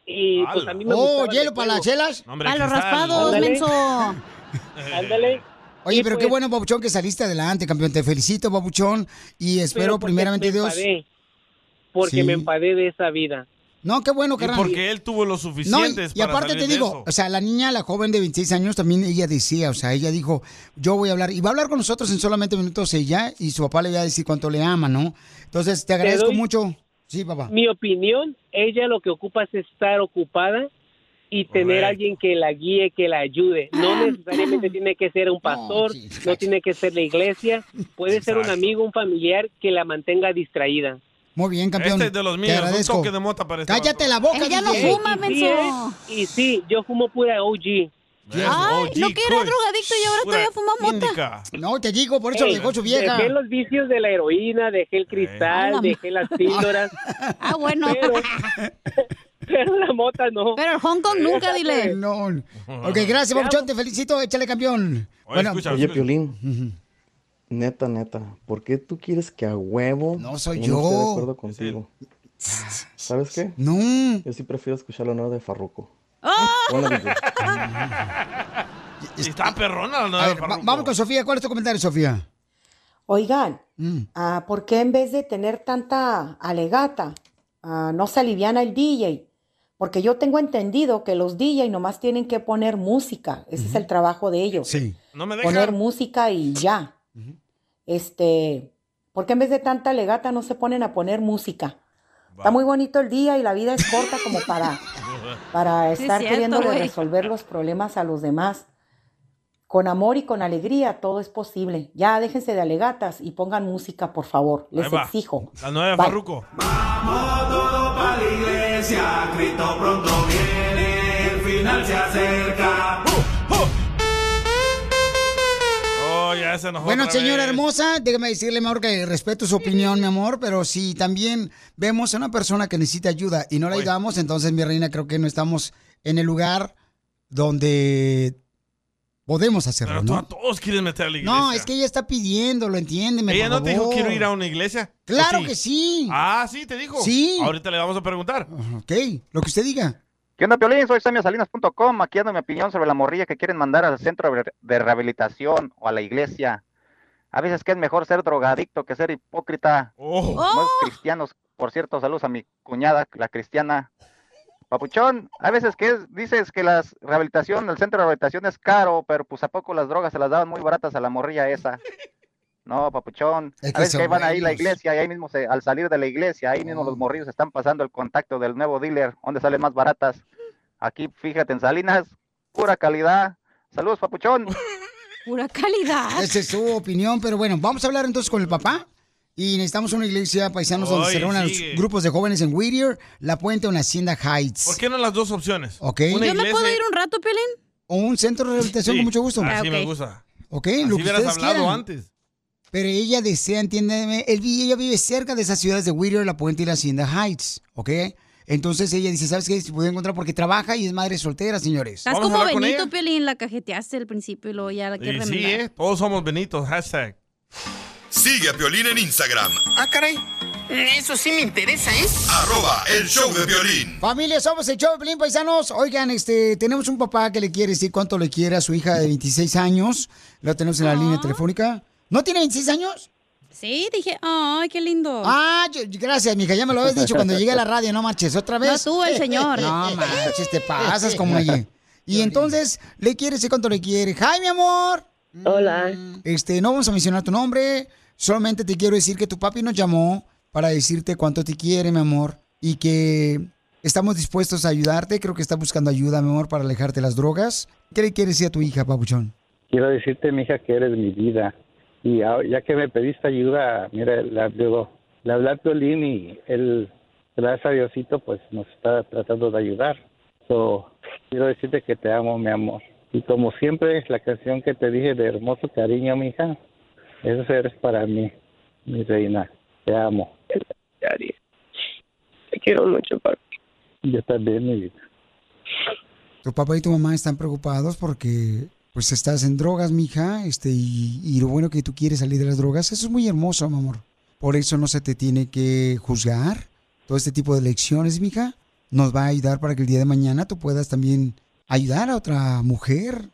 Y pues a mí me Oh, gustaba el hielo para las juego. chelas. No, hombre, A los cristal. raspados, Ándale. menso. Ándale. Oye, pues. pero qué bueno, Papuchón, que saliste adelante, campeón. Te felicito, Papuchón. Y Pero espero, porque primeramente, me Dios. enfadé, porque Sí. me enfadé de esa vida. No, qué bueno, carnal. Porque él tuvo lo No, y, suficiente. y aparte te digo, o sea, la niña, la joven de 26 años, también ella decía, o sea, ella dijo, yo voy a hablar, y va a hablar con nosotros en solamente minutos ella, y su papá le va a decir cuánto le ama, ¿no? Entonces, te agradezco doy- mucho. Sí, papá. Mi opinión, ella lo que ocupa es estar ocupada y tener Correcto. alguien que la guíe, que la ayude. Ah. No necesariamente tiene que ser un pastor, no tiene que ser la iglesia, puede ser un Exacto. amigo, un familiar que la mantenga distraída. Muy bien, campeón. Este es de los Te míos, un agradezco. toque de mota para este Cállate la boca, Ella no DJ. fuma, Y sí, menso. eh, y sí, yo fumo pura OG. Ay, no que pues. era drogadicto y ahora Pura todavía fuma mota. No, te digo, por eso Ey, lo dejó su vieja. Dejé los vicios de la heroína, dejé el A cristal, la dejé las píldoras. <laughs> Ah, bueno. Pero, <laughs> pero la mota no. Pero el Hong Kong nunca, dile. <laughs> No. Ok, gracias, Papuchón, te felicito, échale, campeón. Oye, Piolín. Neta, neta, ¿por qué tú quieres que a huevo No soy uno yo. esté de acuerdo contigo? ¿Sabes qué? No. Yo sí prefiero escuchar la nueva de Farruko. Oh, Ah, Está perrona la A nueva ver, va- parruco. vamos con Sofía, ¿cuál es tu comentario, Sofía? Mm. Oigan, ah, ¿por qué en vez de tener tanta alegata, ah, no se aliviana el DJ? Porque yo tengo entendido que los DJ nomás tienen que poner música. Ese es el trabajo de ellos. No me Poner dejan. música y ya. Este, ¿por qué en vez de tanta alegata no se ponen a poner música? Está muy bonito el día y la vida es corta como para, para Sí, estar cierto, queriéndole güey. resolver los problemas a los demás. Con amor y con alegría todo es posible. Ya déjense de alegatas y pongan música, por favor. Les Ahí va. exijo. La nueva de Bye. Farruko. Ah, para la iglesia, Cristo pronto viene, el final se acerca. Oh, ya se enojó. Bueno, otra señora vez. hermosa, déjame decirle, mi amor, que respeto su opinión, mi amor, pero si también vemos a una persona que necesita ayuda y no la ayudamos, entonces, mi reina, creo que no estamos en el lugar donde podemos hacerlo, Pero tú a ¿no? todos quieres meter a la iglesia. No, es que ella está pidiendo, lo entiéndeme, Ella por no te dijo favor. quiero ir a una iglesia. Claro ¿O sí? que sí. Ah, sí, te dijo. Sí. Ahorita le vamos a preguntar. Ok, lo que usted diga. ¿Qué onda, Piolín? Soy samiasalinas.com. Aquí dando mi opinión sobre la morrilla que quieren mandar al centro de re- de rehabilitación o a la iglesia. A veces que es mejor ser drogadicto que ser hipócrita. Somos Oh. cristianos. Por cierto, saludos a mi cuñada, la cristiana. Papuchón, a veces que es- dices que la rehabilitación, el centro de rehabilitación es caro, pero pues a poco las drogas se las daban muy baratas a la morrilla esa. No, papuchón. Es a que veces que son van ahí a la buenos. Oh. iglesia y ahí mismo se- al salir de la iglesia, ahí mismo los morrillos están pasando el contacto del nuevo dealer, donde salen más baratas. Aquí, fíjate, en Salinas, pura calidad. Saludos, papuchón. Pura calidad. Esa es su opinión, pero bueno, vamos a hablar entonces con el papá. Y necesitamos una iglesia paisanos donde Ay, se reúnan los sigue. grupos de jóvenes en Whittier, La Puente o en Hacienda Heights. ¿Por qué no las dos opciones? Ok. Una Yo me iglesia- puedo ¿Puedo ir un rato, Ah, Pelín? O un centro de rehabilitación Sí, con mucho gusto. Así me gusta. Ok, Así lo que hubieras ustedes hablado quieran. antes. Pero ella desea, entiéndeme, él, vi- ella vive cerca de esas ciudades de Whittier, La Puente y la Hacienda Heights, ¿ok? Entonces ella dice, ¿sabes qué? Si pude encontrar porque trabaja y es madre soltera, señores. Estás como Benito, Pelín, la cajeteaste al principio y luego ya la Y quieres sí, remendar. ¿eh? Todos somos benitos. Hashtag. Sigue a Piolín en Instagram, Ah, caray. Eso sí me interesa, ¿eh? arroba el show de Piolín. Familia, somos el show de Pelín, paisanos. Oigan, este, tenemos un papá que le quiere decir cuánto le quiere a su hija de 26 años. Lo tenemos en la línea telefónica. ¿No tiene 26 años? Sí, dije, ay, qué lindo. Ah, yo- gracias, mija. Ya me lo habías dicho cuando llegué a la radio, no marches. ¿Otra vez? No, tú, el señor. <laughs> No marches, te pasas como allí. Y entonces, le quiere decir cuánto le quiere. ¡Hi, mi amor! Hola. Este, no vamos a mencionar tu nombre. Solamente te quiero decir que tu papi nos llamó para decirte cuánto te quiere, mi amor. Y que estamos dispuestos a ayudarte. Creo que está buscando ayuda, mi amor, para alejarte de las drogas. ¿Qué le quieres decir a tu hija, papuchón? Quiero decirte, mija, que eres mi vida. Y a- ya que me pediste ayuda, mira, le, digo, le hablé a Piolín y él, gracias a Diosito, pues nos está tratando de ayudar. So, quiero decirte que te amo, mi amor. Y como siempre, es la canción que te dije de hermoso cariño, mija. Eso eres para mí, mi reina. Te amo. Daddy. Te quiero mucho, papi. Yo también, mi vida. Tu papá y tu mamá están preocupados porque pues estás en drogas, mija, este, y, y lo bueno que tú quieres salir de las drogas, eso es muy hermoso, mi amor. Por eso no se te tiene que juzgar. Todo este tipo de lecciones, mija, nos va a ayudar para que el día de mañana tú puedas también ayudar a otra mujer.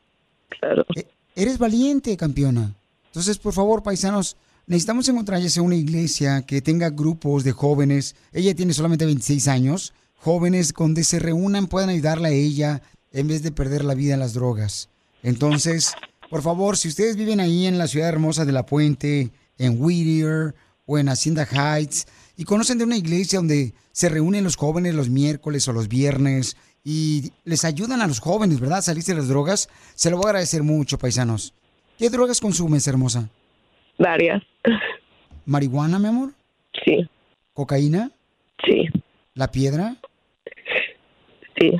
Claro. Eh, Eres valiente, campeona. Entonces, por favor, paisanos, necesitamos encontrar ya sea una iglesia que tenga grupos de jóvenes. Ella tiene solamente 26 años. Jóvenes donde se reúnan puedan ayudarla a ella en vez de perder la vida en las drogas. Entonces, por favor, si ustedes viven ahí en la ciudad hermosa de La Puente, en Whittier o en Hacienda Heights y conocen de una iglesia donde se reúnen los jóvenes los miércoles o los viernes y les ayudan a los jóvenes, ¿verdad? Salirse de las drogas, se lo voy a agradecer mucho, paisanos. ¿Qué drogas consumes, hermosa? Varias. ¿Marihuana, mi amor? Sí. ¿Cocaína? Sí. ¿La piedra? Sí.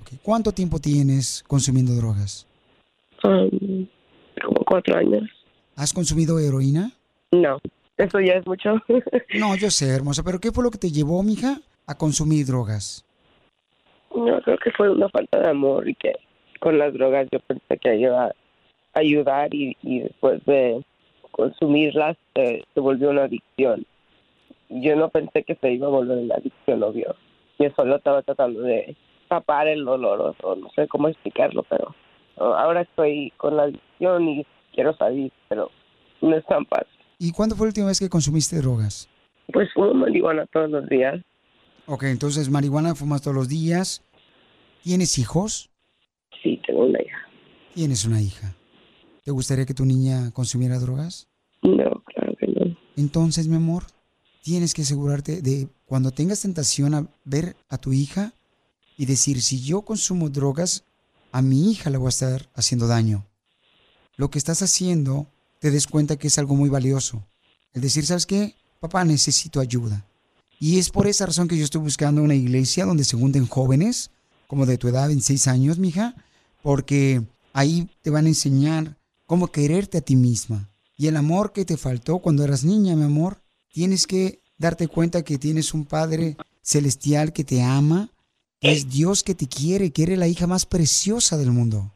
Ok, ¿Cuánto tiempo tienes consumiendo drogas? Um, como cuatro años. ¿Has consumido heroína? No. Eso ya es mucho. <laughs> No, yo sé, hermosa, pero ¿qué fue lo que te llevó, mija, a consumir drogas? No, creo que fue una falta de amor y que con las drogas yo pensé que iba a ayudar y, y después de consumirlas eh, se volvió una adicción. Yo no pensé que se iba a volver una adicción, obvio. Yo solo estaba tratando de tapar el dolor o, o no sé cómo explicarlo, pero oh, ahora estoy con la adicción y quiero salir, pero no es tan fácil. ¿Y cuándo fue la última vez que consumiste drogas? Pues fumo marihuana todos los días. Ok, entonces marihuana fumas todos los días. ¿Tienes hijos? Sí, tengo una hija. Tienes una hija. ¿Te gustaría que tu niña consumiera drogas? No, claro que no. Entonces, mi amor, tienes que asegurarte de cuando tengas tentación a ver a tu hija y decir, si yo consumo drogas, a mi hija le voy a estar haciendo daño. Lo que estás haciendo, te des cuenta que es algo muy valioso. El decir, ¿sabes qué? Papá, necesito ayuda. Y es por esa razón que yo estoy buscando una iglesia donde se junten jóvenes, como de tu edad, 26 años, mija, porque ahí te van a enseñar cómo quererte a ti misma. Y el amor que te faltó cuando eras niña, mi amor, tienes que darte cuenta que tienes un Padre celestial que te ama, que es Dios que te quiere, que eres la hija más preciosa del mundo.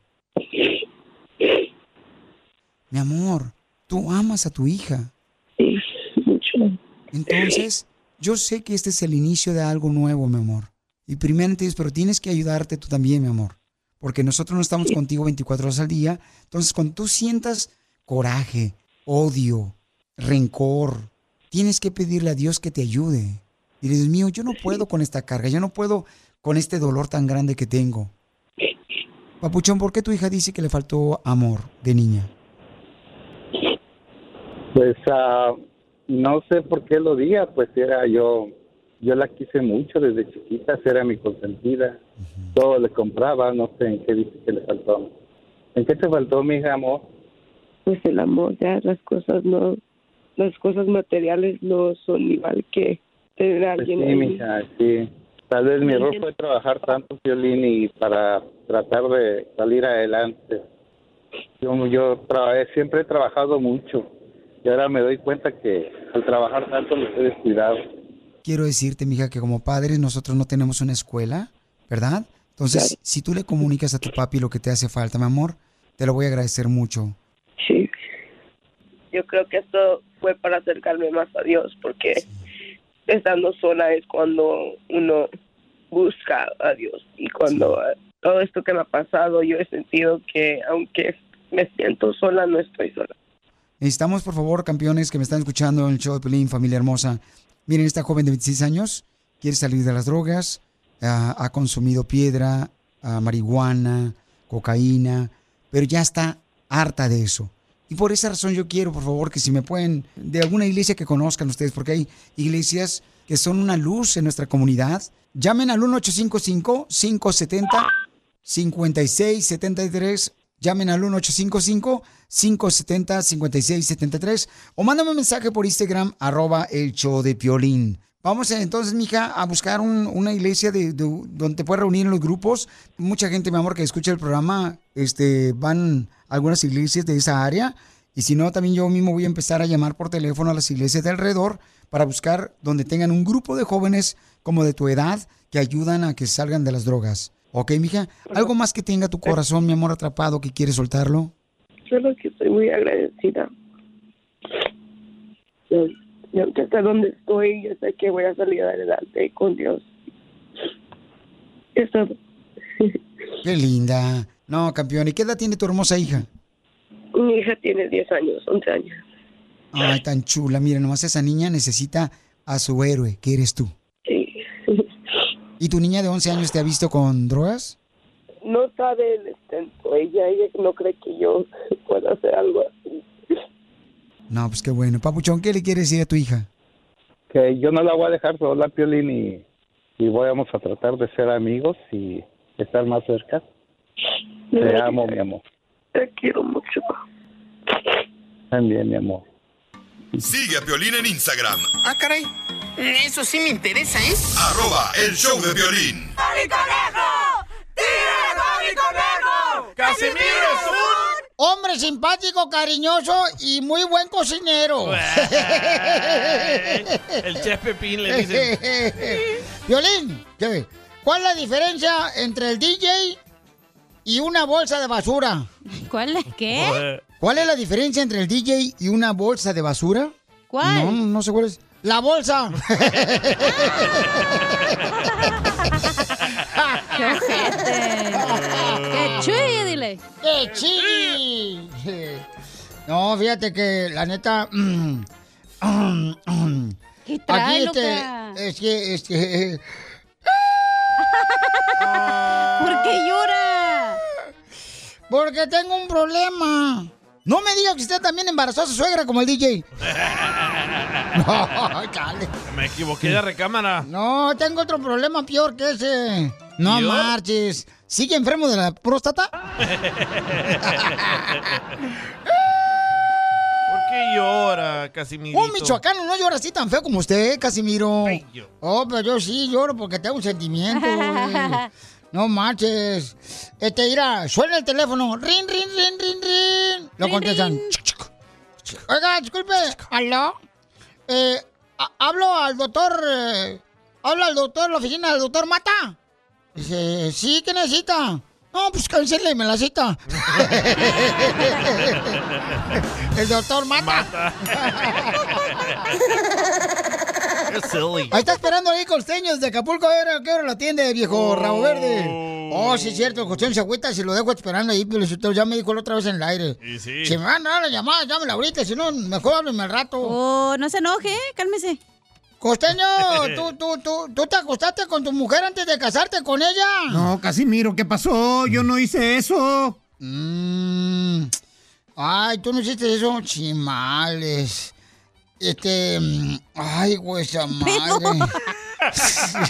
Mi amor, tú amas a tu hija. Entonces, yo sé que este es el inicio de algo nuevo, mi amor. Y primero antes, pero tienes que ayudarte tú también, mi amor. Porque nosotros no estamos contigo 24 horas al día. Entonces, cuando tú sientas coraje, odio, rencor, tienes que pedirle a Dios que te ayude. Y Dios mío, yo no puedo con esta carga, yo no puedo con este dolor tan grande que tengo. Papuchón, ¿por qué tu hija dice que le faltó amor de niña? Pues ah, no sé por qué lo diga, pues era yo, yo la quise mucho desde chiquita, era mi consentida, todo le compraba, no sé en qué dice que le faltó. ¿En qué te faltó, mi hija, amor? Pues el amor, ya las cosas no, las cosas materiales no son igual que tener a Pues alguien sí, ahí. mija, sí. Tal vez mi error fue trabajar tanto violín y para tratar de salir adelante. Yo, yo trabajé, siempre he trabajado mucho y ahora me doy cuenta que al trabajar tanto me he descuidado. Quiero decirte, mija, que como padres nosotros no tenemos una escuela, ¿verdad? Entonces, Claro. si tú le comunicas a tu papi lo que te hace falta, mi amor, te lo voy a agradecer mucho. Sí. Yo creo que esto fue para acercarme más a Dios, porque estando sola es cuando uno busca a Dios. Y cuando eh, todo esto que me ha pasado, yo he sentido que aunque me siento sola, no estoy sola. Necesitamos, por favor, campeones que me están escuchando en el show de Pelín, familia hermosa. Miren, esta joven de 26 años quiere salir de las drogas, ah, ha consumido piedra, ah, marihuana, cocaína, pero ya está harta de eso. Y por esa razón yo quiero, por favor, que si me pueden, de alguna iglesia que conozcan ustedes, porque hay iglesias que son una luz en nuestra comunidad, llamen al 1855-570. 5673. Llamen al 1-855-570-5673 o mándame un mensaje por Instagram, arroba el show de Piolín. Vamos eh, entonces, mija, a buscar un- una iglesia de, de- donde te puedas reunir en los grupos. Mucha gente, mi amor, que escucha el programa, este, van a algunas iglesias de esa área Y si no, también yo mismo voy a empezar a llamar por teléfono a las iglesias de alrededor para buscar donde tengan un grupo de jóvenes como de tu edad que ayudan a que salgan de las drogas. ¿Ok, mija? ¿Algo más que tenga tu corazón, mi amor, atrapado que quieres soltarlo? Solo que estoy muy agradecida. Y aunque hasta donde estoy, yo sé que voy a salir adelante con Dios. Eso, Qué linda. No, campeón. ¿Y qué edad tiene tu hermosa hija? mi hija tiene 10 años, 11 años. Ay, tan chula. Mira, nomás esa niña necesita a su héroe, que eres tú. Sí. ¿Y tu niña de 11 años te ha visto con drogas? No sabe el extento. Ella, ella no cree que yo <laughs> pueda hacer algo así. No, pues qué bueno. Papuchón, ¿qué le quieres decir a tu hija? Que yo no la voy a dejar sola, Piolín, y, y vamos a tratar de ser amigos y estar más cerca. Te amo, mi amor. Te quiero mucho. También, mi amor. Sigue a Piolín en Instagram, Ah, caray. Eso sí me interesa, ¿eh? arroba el show de violín. ¡Casimiro es un... Hombre simpático, cariñoso y muy buen cocinero. <laughs> El chef Pepín le dice. Violín, ¿qué? ¿cuál es la diferencia entre el DJ y una bolsa de basura? ¿Cuál es qué? ¿Cuál es la diferencia entre el DJ y una bolsa de basura? ¿Cuál? No, no sé cuál es. ¡La <laughs> bolsa! ¡Qué ojete! ¡Qué chuy, dile! ¡Qué chuy! No, fíjate que la neta. <clears throat> mm, mm, mm. ¿Qué trae, este, loca? es que, es que, eh, <laughs> ¿Por qué llora? porque tengo un problema. No me diga que usted también embarazó a su suegra como el DJ. <laughs> No, chale. Me equivoqué de recámara. No, tengo otro problema peor que ese. No ¿Peor? marches. ¿Sigue enfermo de la próstata? ¿Por qué llora, Casimiro? Un michoacano no llora así tan feo como usted, Casimiro. Oh, pero yo sí lloro porque tengo un sentimiento. güey. No marches. Este, mira, suena el teléfono. Rin, rin, rin, rin, rin. Lo Rin, contestan. rin. Chuc, chuc, chuc. Oiga, disculpe. ¿Aló? Eh, a- hablo al doctor. eh, hablo al doctor, la oficina del doctor Mata. Dice, sí, ¿qué necesita? No, pues cancéleme la cita. el <laughs> doctor Mata. <laughs> Ahí está esperando ahí Costeños de Acapulco. A ver, ¿a qué hora lo atiende, viejo Rabo Verde? Oh, sí, es cierto. Costeños se agüita si lo dejo esperando ahí. Pero si usted ya me dijo la otra vez en el aire. Y sí. Si me van a dar la llamada, llámela ahorita. Si no, mejor hábleme al rato. Oh, no se enoje, cálmese. Costeño, ¿tú, tú, tú, tú te acostaste con tu mujer antes de casarte con ella. No, Casimiro, ¿qué pasó? Yo no hice eso. Mm. Ay, tú no hiciste eso, chimales. Este. mm, Ay, güey, <laughs> esa madre. <laughs>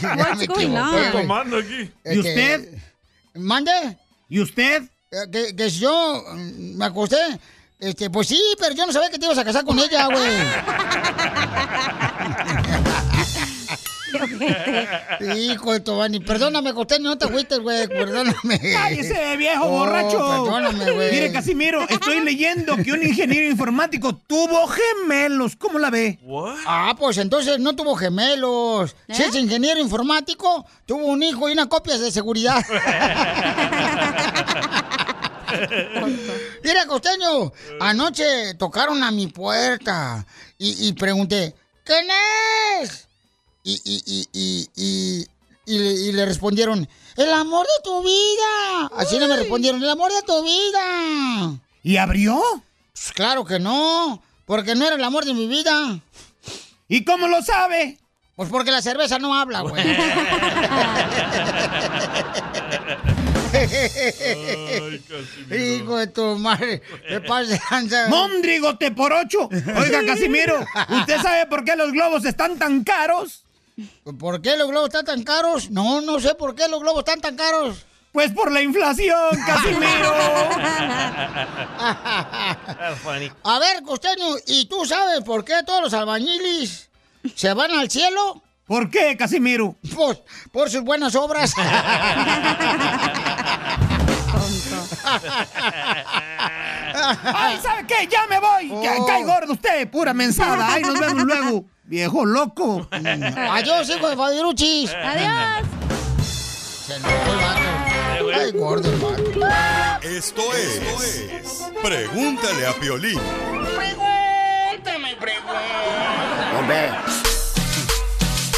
Ya me equivoqué, güey. aquí? ¿Y usted? ¿Mande? Eh, ¿Y usted? Que, que si yo mm, me acosté. Este, pues sí, pero yo no sabía que te ibas a casar con ella, <laughs> güey. Hijo de Tobani, perdóname, Costeño, no te agüites, güey, perdóname. ¡Cállese, viejo Oh, borracho! Perdóname, güey. Mire, Casimiro, estoy leyendo que un ingeniero informático tuvo gemelos. ¿Cómo la ve? <laughs> Ah, pues entonces no tuvo gemelos. Si es ingeniero informático, tuvo un hijo y una copia de seguridad. Mira, Costeño, anoche tocaron a mi puerta y, y pregunté, ¿quién es? Y, y, y, y, y, y le, y le respondieron, el amor de tu vida. Así no me respondieron, el amor de tu vida. ¿Y abrió? Pues claro que no, porque no era el amor de mi vida. ¿Y cómo lo sabe? Pues porque la cerveza no habla, güey. Hijo de tu madre, te ¡Mondrigote por ocho! <laughs> Oiga, Casimiro, ¿usted sabe por qué los globos están tan caros? ¿Por qué los globos están tan caros? No, no sé por qué los globos están tan caros. Pues por la <laughs> inflación, <laughs> Casimiro. That's <laughs> funny. A ver, Costeño, ¿y tú sabes por qué todos los albañiles se van al cielo? ¿Por qué, Casimiro? Por, por sus <laughs> buenas obras. ¡Ay, ¿sabe qué? ¡Ya me voy! Ya, Oh. ¡Cae gordo usted! ¡Pura mensada! ¡Ay, nos vemos luego! ¡Viejo loco! Adiós, hijo de <laughs> Fabiruchis. Adiós. Ay, gordo, Esto es Pregúntale a Piolín. Pregúntame, pregúntame.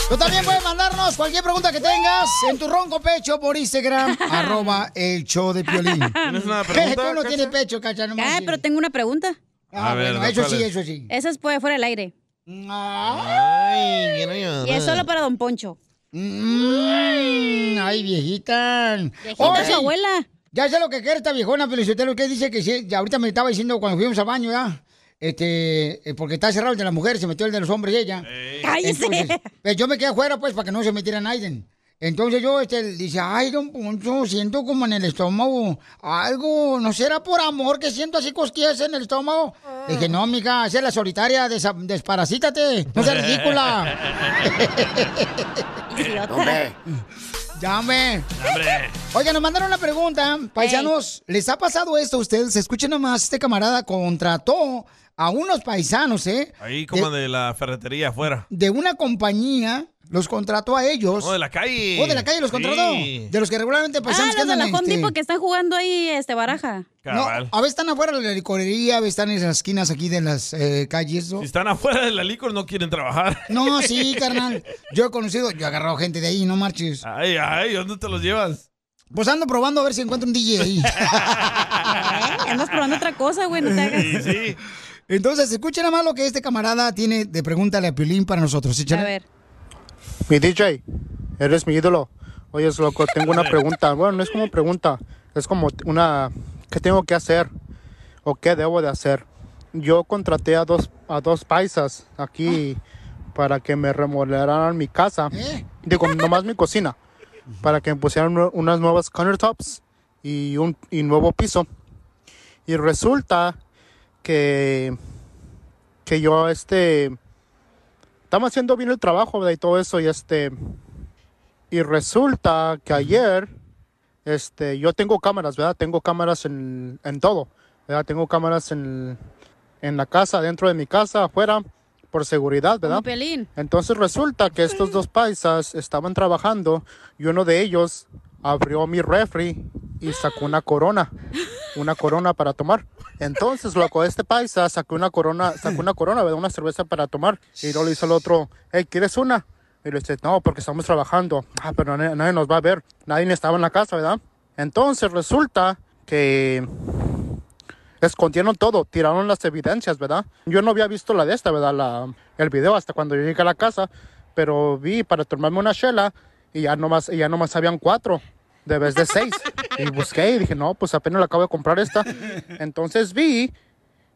Tú también puedes mandarnos cualquier pregunta que tengas en tu ronco pecho por Instagram, arroba el show de Piolín. ¿Tienes una ¿Qué? pregunta, Tú no Cacha? tienes pecho, Cacha, no Ah, manches. pero tengo una pregunta. Ah, A ver, bueno, ¿no? eso ¿cuál sí, es? eso sí. Esa es pues, fuera del aire. Ay, quiero llorar. Y es solo para Don Poncho. Mm, ay, viejita. Viejita su abuela. Ya sé lo que quiere esta viejona, pero si usted lo que dice que sí, ya ahorita me estaba diciendo cuando fuimos al baño, ¿ya? Este, eh, porque está cerrado el de las mujeres, se metió el de los hombres ella. ¡Cállese! Entonces, eh, yo me quedé afuera, pues, para que no se metiera Naiden. Entonces yo, este, dice, ay, don Poncho, siento como en el estómago algo, ¿no será por amor que siento así cosquillas en el estómago? Le Dije, no, mija, esa es la solitaria, desa- desparasítate, <laughs> no seas <laughs> ridícula. Hombre. Llame. Hombre. Oiga, nos mandaron una pregunta, paisanos. ¿Les ha pasado esto a ustedes? Escuchen nomás, este camarada contrató a unos paisanos, ¿eh? Ahí como de, de la ferretería afuera. de una compañía, los contrató a ellos. No, de la calle. Oh, de la calle los contrató. Sí. De los que regularmente Ah, paisanos que los de andan la Home este, Depot que están jugando ahí este baraja. no, a veces están afuera de la licorería, a veces están en las esquinas aquí de las eh, calles. ¿no? Si están afuera de la licor no quieren trabajar. No, sí, carnal. Yo he conocido, yo he agarrado gente de ahí, no marches. Ay, ay, ¿dónde te los llevas? Pues ando probando a ver si encuentro un DJ ahí. <laughs> Andas probando otra cosa, güey, no te hagas. Sí, sí. Entonces, escuchen nada más lo que este camarada tiene de pregúntale a Piolín para nosotros. Échale. A ver. Mi DJ, eres mi ídolo. Oye, es loco, tengo <laughs> una pregunta. Bueno, no es como pregunta, es como una... ¿Qué tengo que hacer? ¿O qué debo de hacer? Yo contraté a dos, a dos paisas aquí para que me remodelaran mi casa. Digo, nomás mi cocina. Para que me pusieran nue- unas nuevas countertops y un y nuevo piso. Y resulta que... Que yo, este estamos haciendo bien el trabajo ¿verdad? y todo eso y este y resulta que ayer este yo tengo cámaras verdad tengo cámaras en, en todo verdad tengo cámaras en, en la casa dentro de mi casa afuera por seguridad verdad entonces resulta que estos dos paisas estaban trabajando y uno de ellos abrió mi refri y sacó una corona, una corona para tomar. Entonces, loco, este paisa sacó una corona, sacó una corona, ¿verdad? Una cerveza para tomar. Y luego le dice al otro, hey, ¿quieres una? Y le dice, no, porque estamos trabajando. Ah, pero na- nadie, nos va a ver. Nadie estaba en la casa, ¿verdad? Entonces resulta que escondieron todo, tiraron las evidencias, ¿verdad? Yo no había visto la de esta, ¿verdad? La, el video hasta cuando yo llegué a la casa, pero vi para tomarme una chela y ya nomás, y ya nomás habían cuatro de vez de seis. Y busqué y dije, no, pues apenas la acabo de comprar esta. Entonces vi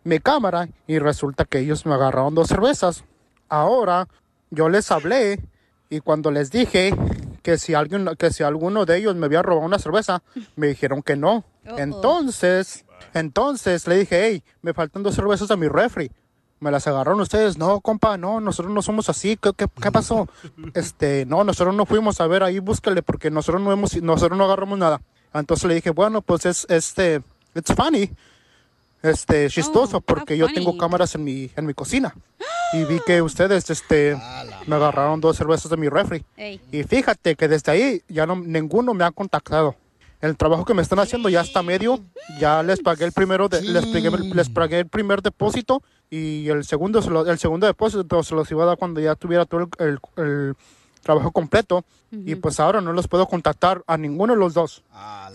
mi cámara y resulta que ellos me agarraron dos cervezas. Ahora yo les hablé y cuando les dije que si alguien que si alguno de ellos me había robado una cerveza, me dijeron que no. Uh-oh. Entonces, entonces le dije, hey, me faltan dos cervezas a mi refri. Me las agarraron ustedes. No, compa, no, nosotros no somos así. ¿Qué, qué, qué pasó? Este, no, nosotros no fuimos a ver ahí, búscale, porque nosotros no hemos, nosotros no agarramos nada. Entonces le dije, bueno, pues es, este, it's funny este chistoso porque yo tengo cámaras en mi en mi cocina y vi que ustedes este me agarraron dos cervezas de mi refri Ey. y fíjate que desde ahí ya no ninguno me ha contactado el trabajo que me están haciendo ya está medio ya les pagué el primero de- les, pagué, les pagué el primer depósito y el segundo se lo- el segundo depósito se los iba a dar cuando ya tuviera todo el, el- el trabajo completo y pues ahora no los puedo contactar a ninguno de los dos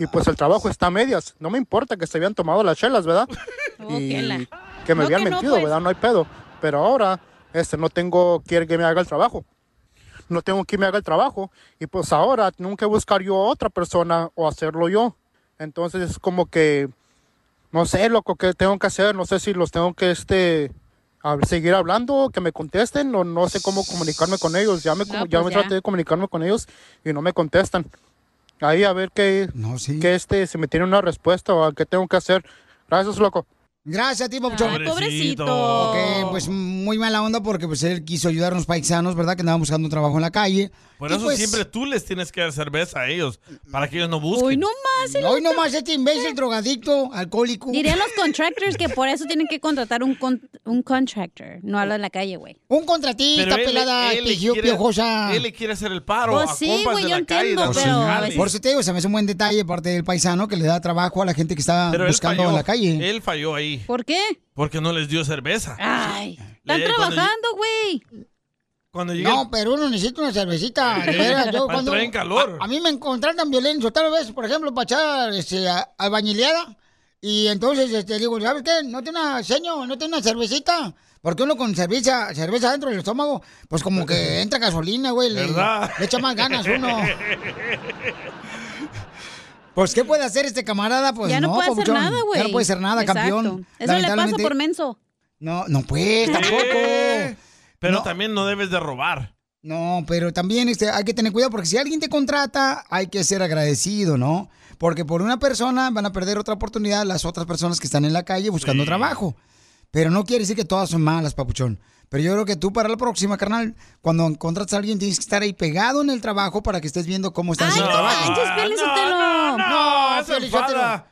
y pues el trabajo está a medias no me importa que se habían tomado las chelas <laughs> verdad y Tóquela. que me Oh, No, habían que no, mentido, pues. ¿verdad? No hay pedo. Pero ahora, este, no tengo quiere que me haga el trabajo. No tengo quien me haga el trabajo. Y pues ahora tengo que buscar yo a otra persona o hacerlo yo. Entonces es como que, no sé, loco, que tengo que hacer. No sé si los tengo que, este, a- seguir hablando, que me contesten o no sé cómo comunicarme con ellos. Ya me, No, ya pues me ya. traté de comunicarme con ellos y no me contestan. Ahí a ver qué, no, este, si me tiene una respuesta o a qué tengo que hacer. Gracias, loco. Gracias a ti, Papuchón. Ay, pobrecito. Pobrecito. Ok, pues muy mala onda porque pues él quiso ayudar a unos paisanos, ¿verdad? Que andaban buscando un trabajo en la calle. <laughs> Por Y, eso pues, siempre tú les tienes que dar cerveza a ellos, para que ellos no busquen. Hoy no más. el Hoy otro. nomás este imbécil drogadicto, alcohólico. Diré a los <laughs> contractors que por eso tienen que contratar un, con- un contractor, no a lo en la calle, güey. Un contratista, pelada, le pejillo, quiere- piojosa. él le quiere hacer el paro. Pues a sí, compas güey, de yo la calle, entiendo, de pero Mexicali. a veces- Por eso te digo, se me hace un buen detalle de parte del paisano que le da trabajo a la gente que está Pero él buscando falló, Eh, en la calle. Él falló ahí, ¿Por qué? porque no les dio cerveza. Ay, están Le- cuando trabajando, güey. Cuando llegué No, pero uno necesita una cervecita. De veras, yo Para cuando. entrar en calor. A, a mí me encontraron violencia, tal vez, por ejemplo, para echar este, a- albañileada. Y entonces este, digo, ¿sabes qué? ¿No tiene una seño? ¿No tiene una cervecita? Porque uno con cerveza, cerveza dentro del estómago, pues como <laughs> que entra gasolina, güey. Le, ¿Verdad? le echa más <laughs> ganas uno. Pues, ¿qué puede hacer este camarada? Pues ya no, puede hacer papuchón. nada, güey. Ya no puede hacer nada, Exacto. campeón. Eso le pasa Lamentablemente- por menso. No, no pues, Sí. tampoco. Pero No. también no debes de robar. No, pero también este, hay que tener cuidado porque si alguien te contrata, hay que ser agradecido, ¿no? Porque por una persona van a perder otra oportunidad las otras personas que están en la calle buscando trabajo. Pero no quiere decir que todas son malas, papuchón. Pero yo creo que tú para la próxima, carnal, cuando contratas a alguien tienes que estar ahí pegado en el trabajo para que estés viendo cómo están haciendo el trabajo. Ah, no, no, eso Piolín Sotelo. enfada.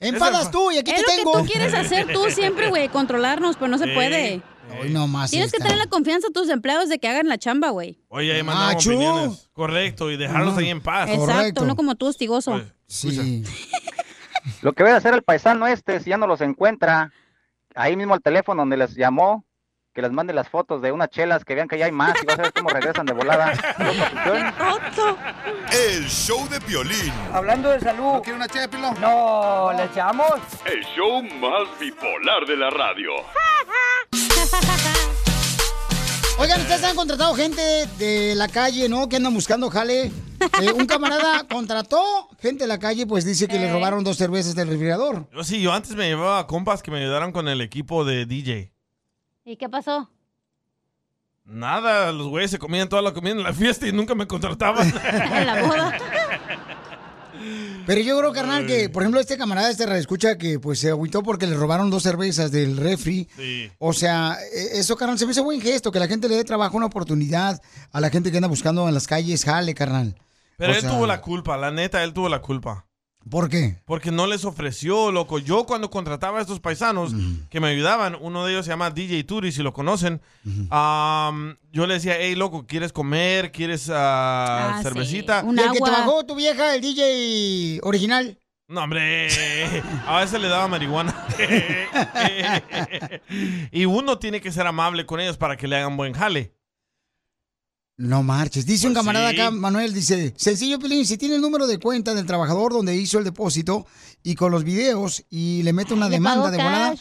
Enfadas tú y aquí es te lo tengo. que tú quieres hacer tú siempre, güey, controlarnos, pero no se Sí. puede. Hoy nomás Tienes que está. tener la confianza a tus empleados de que hagan la chamba, güey. Oye, ahí mandamos Macho. opiniones. Correcto, y dejarlos ahí en Ah, paz. Exacto, no como tú, hostigoso. Pues, Sí. <laughs> Lo que debe hacer el paisano este, si ya no los encuentra, ahí mismo al teléfono donde les llamó, que les mande las fotos de unas chelas, que vean que ya hay más y vas a ver cómo regresan de volada. El show de Piolín. Hablando de salud. ¿No quiere una ché, No, ¿le echamos? El show más bipolar de la radio. Oigan, ustedes han contratado gente de la calle, ¿no? Que andan buscando jale. Eh, un camarada contrató gente de la calle, pues dice que le robaron dos cervezas del refrigerador. Yo sí, yo antes me llevaba a compas que me ayudaron con el equipo de DJ. ¿Y qué pasó? Nada, los güeyes se comían toda la comida en la fiesta y nunca me <laughs> contrataban. En la boda. Pero yo creo, carnal, que, por ejemplo, este camarada, este escucha que pues se agüitó porque le robaron dos cervezas del refri. Sí. O sea, e- eso, carnal, se me hizo buen gesto, que la gente le dé trabajo, una oportunidad a la gente que anda buscando en las calles jale, carnal. Pero O él sea, tuvo la culpa, la neta, él tuvo la culpa. ¿Por qué? Porque no les ofreció, loco. Yo cuando contrataba a estos paisanos que me ayudaban, uno de ellos se llama DJ Turi, si lo conocen, am, yo le decía, hey, loco, ¿quieres comer? ¿Quieres ah, Ah, cervecita? ¿Y el que te bajó tu vieja, el DJ original? No, hombre, a veces le daba marihuana. y uno tiene que ser amable con ellos para que le hagan buen jale. No marches. Dice Pues un camarada sí. acá, Manuel, dice, sencillo, Pelín, si tiene el número de cuenta del trabajador donde hizo el depósito y con los videos y le Ah, mete una demanda de volada,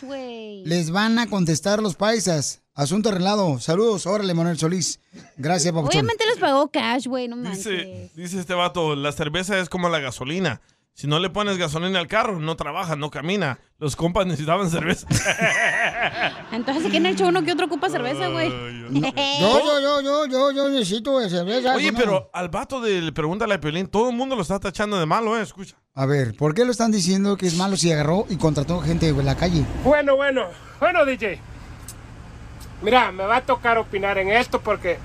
les van a contestar los paisas. Asunto arreglado. Saludos. Órale, Manuel Solís. Gracias, papuchón. Obviamente les pagó cash, güey, no manches. Dice, dice este vato, la cerveza es como la gasolina. Si no le pones gasolina al carro, no trabaja, no camina. Los compas necesitaban cerveza. Entonces, ¿quién ha hecho uno que otro ocupa cerveza, güey? <laughs> Yo, yo, yo, yo, yo, yo necesito de cerveza. Oye, si no- pero al vato de Pregúntale a Piolín, todo el mundo lo está tachando de malo, ¿eh? Escucha. A ver, ¿por qué lo están diciendo que es malo si agarró y contrató gente de la calle? <laughs> Bueno, bueno, bueno, DJ. Mira, me va a tocar opinar en esto porque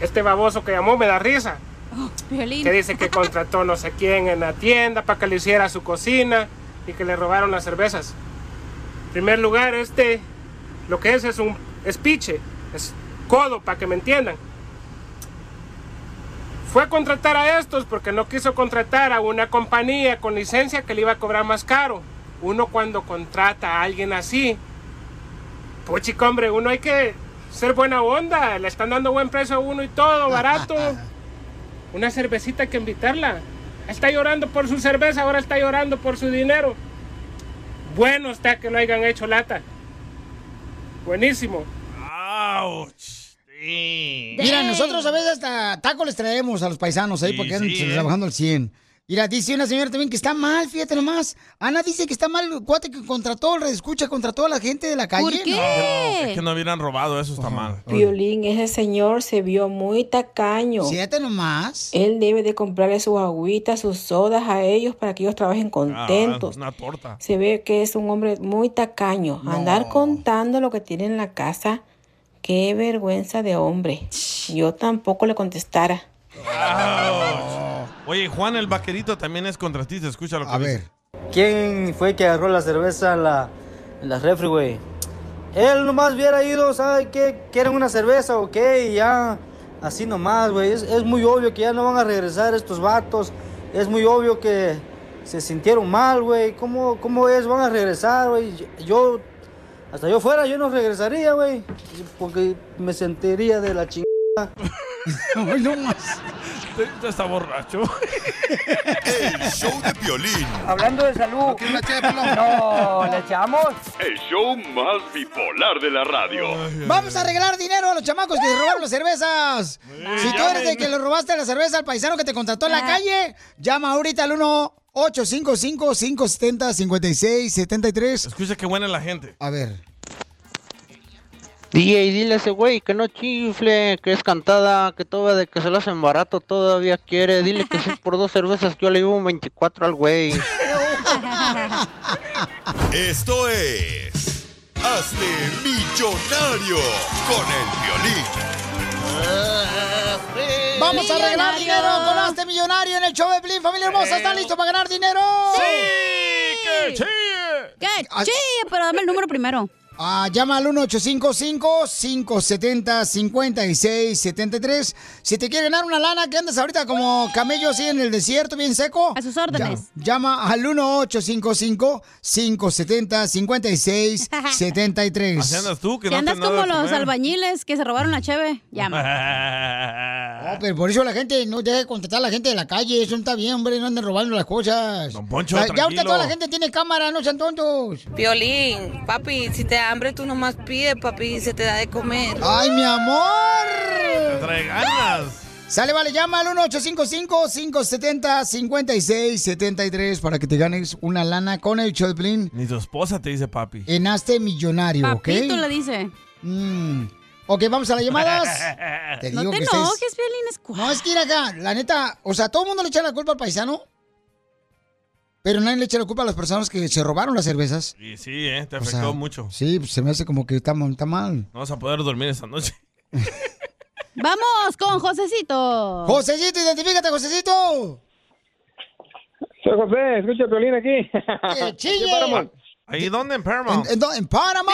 este baboso que llamó me da risa. <gasps> Que dice que contrató no sé quién en la tienda para que le hiciera su cocina y que le robaron las cervezas. En primer lugar, este lo que es es un espiche, es codo para que me entiendan. Fue a contratar a estos porque no quiso contratar a una compañía con licencia que le iba a cobrar más caro. Uno cuando contrata a alguien así, pues chico hombre, uno hay que ser buena onda, le están dando buen precio a uno y todo, barato. Una cervecita hay que invitarla. Está llorando por su cerveza, ahora está llorando por su dinero. Bueno está que lo hayan hecho lata. Buenísimo. Mira, nosotros a veces hasta tacos les traemos a los paisanos ahí Sí, porque andan sí, se ¿eh? trabajando al 100. Mira, dice una señora también que está mal, fíjate nomás. Ana dice que está mal el cuate que contrató, escucha contra toda la gente de la calle. ¿Por qué? Ah, Es que no hubieran robado, eso está mal. Violín, ese señor se vio muy tacaño. Siete nomás. Él debe de comprarle sus agüitas, sus sodas a ellos para que ellos trabajen Ah, contentos. Ah, una torta. Se ve que es un hombre muy tacaño. Andar contando lo que tiene en la casa, qué vergüenza de hombre. Yo tampoco le contestara. <laughs> Oye, Juan el vaquerito también es contratista, escucha lo que A dice. ver. ¿Quién fue que agarró la cerveza en la, en la refri, güey? Él nomás hubiera ido, ¿sabe qué? ¿Quieren una cerveza o qué? Y ya, así nomás, güey. Es, es muy obvio que ya no van a regresar estos vatos. Es muy obvio que se sintieron mal, güey. ¿Cómo, ¿Cómo es? Van a regresar, güey. Yo, hasta yo fuera, yo no regresaría, güey. Porque me sentiría de la <laughs> chingada. no más. Ya Este, está borracho. El show de violín. Hablando de salud. ¿No No, Oh, ¿le echamos? El show más bipolar de la radio. Vamos a arreglar dinero a los chamacos que se robaron las cervezas. si tú eres de que le robaste la cerveza al paisano que te contrató en la calle, llama ahorita al 1 855 570 5673 Escucha qué buena es la gente. A ver. DJ, dile a ese güey que no chifle, que es cantada, que todo de que se lo hacen barato todavía quiere. Dile que si es por dos cervezas yo le llevo un 24 al güey. Esto es. Hazte millonario con el violín. Vamos a arreglar Millonario. dinero con <laughs> este millonario en el show de Blin. Familia hermosa, ¿están listos para ganar dinero? ¡Sí! ¿Qué? Sí, pero dame el número primero. Ah, llama al 1-855-570-5673. Si te quiere ganar una lana que andas ahorita como camello así en el desierto, bien seco. A sus órdenes. llama al 1-855-570-5673. Así andas tú, que si no te andas han dado como de los comer. albañiles que se robaron la cheve, llama. Ah, pero por eso la gente no deja de contratar a la gente de la calle. Eso no está bien, hombre. No anden robando las cosas. Poncho, ya, ya ahorita tranquilo. toda la gente tiene cámara, no sean tontos. Violín, papi, si te da hambre tú nomás pides, papi, y se te da de comer. ¡Ay, mi amor! Trae ganas. Sale, vale, llama al 1-855-570-5673 para que te ganes una lana con el Choplin Ni tu esposa te dice papi. en Hazte Millonario, Papito Ah, ¿ok? le dice. Mm. Ok, vamos a <laughs> las <laughs> llamadas. Te no digo te que estés- enojes, Piolín, es No, es que ir acá, la neta, o sea, todo el mundo le echa la culpa al paisano, pero nadie le echa la culpa a las personas que se robaron las cervezas. Y sí, eh, te O afectó sea, mucho. Sí, pues se me hace como que está, mal- está mal. No vas a poder dormir esta noche. Vamos con Josecito. Josecito, identifícate, Josecito. Soy José, escucha Piolín aquí. ¡Qué chille! ¿Ahí dónde? En Paramount. ¿En, en Paramount?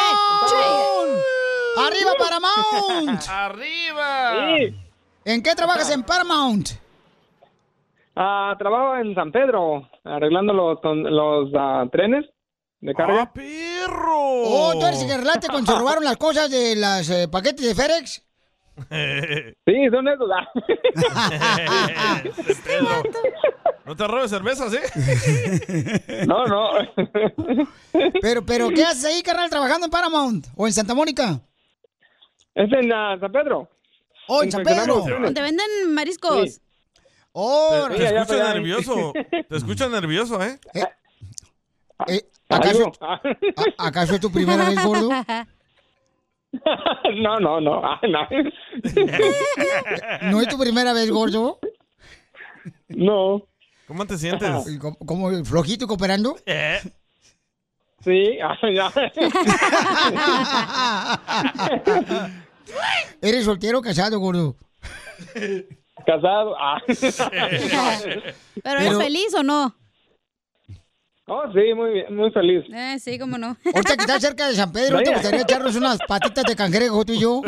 ¡Arriba Paramount! ¡Arriba! <laughs> ¿En qué trabajas en Paramount? Ah, trabajo en San Pedro, arreglando los, ton- los ah, trenes de carga. perro! Oh, tú eres el que relate cuando se robaron las cosas de los paquetes de FedEx. Sí, son esos. ah. <laughs> Eh, No te robes cervezas, ¿eh? <laughs> No, no. Pero, <laughs> pero, ¿qué haces ahí, carnal, trabajando en Paramount? ¿O en Santa Mónica? Es en San Pedro. Oh, en San Pedro. Donde venden mariscos. Oh, Te, te escucho nervioso. Te escucho nervioso, ¿eh? ¿acaso, a- ¿Acaso es tu primera vez, gordo? <laughs> No, no, no. ah, no. ¿No es tu primera vez, gordo? No. ¿Cómo te sientes? Eh. ¿Cómo, cómo, flojito y cooperando? Sí, ah, <laughs> ya. ¿Eres soltero o casado, gordo? Casado. ah. ¿Pero eres Pero- feliz o no? Oh, sí, muy bien, muy <laughs> feliz. <laughs> Eh, sí, cómo no. Ahorita que estás cerca de San Pedro, ¿no te Vaya. gustaría echarnos unas patitas de cangrejo tú y yo?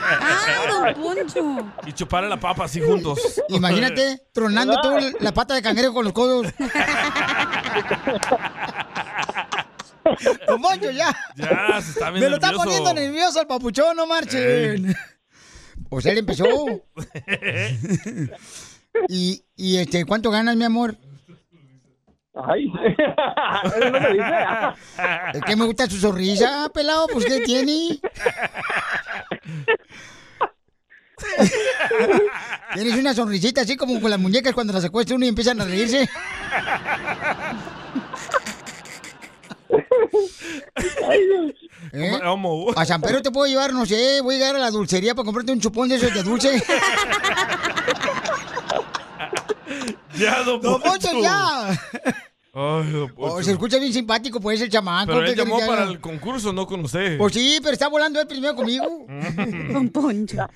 ¡Ah, don Poncho! <laughs> Y chuparle la papa así juntos. <laughs> Imagínate, tronando tú la pata de cangrejo con los codos. Don Poncho, ya. Ya, se está bien Me lo está nervioso. poniendo nervioso el papuchón, no marchen. O sea, él empezó. y, y este, ¿cuánto ganas, mi amor? Ay. Eso no me dice. Es que me gusta su sonrisa, pelado, pues <laughs> ¿qué tiene? Tienes una sonrisita así como con las muñecas cuando las secuestra uno y empiezan a reírse. ¿Eh? Pues, A San Pedro te puedo llevar, no sé, voy a llegar a la dulcería para comprarte un chupón de esos de dulce. <laughs> Ya, don ¡Don Poncho. Poncho, ya! Ay, don Oh, Poncho. se escucha bien simpático, pues, el chamaco. Pero ¿qué él quieres llamó que para haga? el concurso, no con usted. Pues sí, pero está volando él primero <laughs> conmigo. Don Poncho.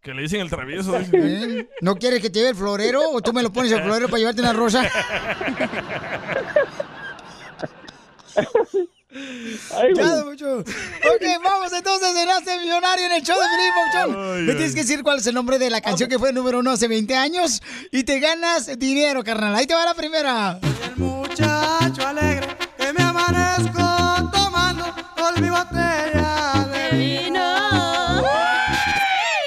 Que le dicen el travieso. ¿Eh? ¿No quieres que te lleve el florero o tú me lo pones el florero para llevarte una rosa? Ya, don Poncho. Ok, vamos entonces, serás millonario en el show de Felipe Pauchón. Me tienes que decir cuál es el nombre de la canción que fue número uno hace 20 años y te ganas dinero, carnal. Ahí te va la primera. muchacho alegre que me amanezco tomando con mi botella de vino.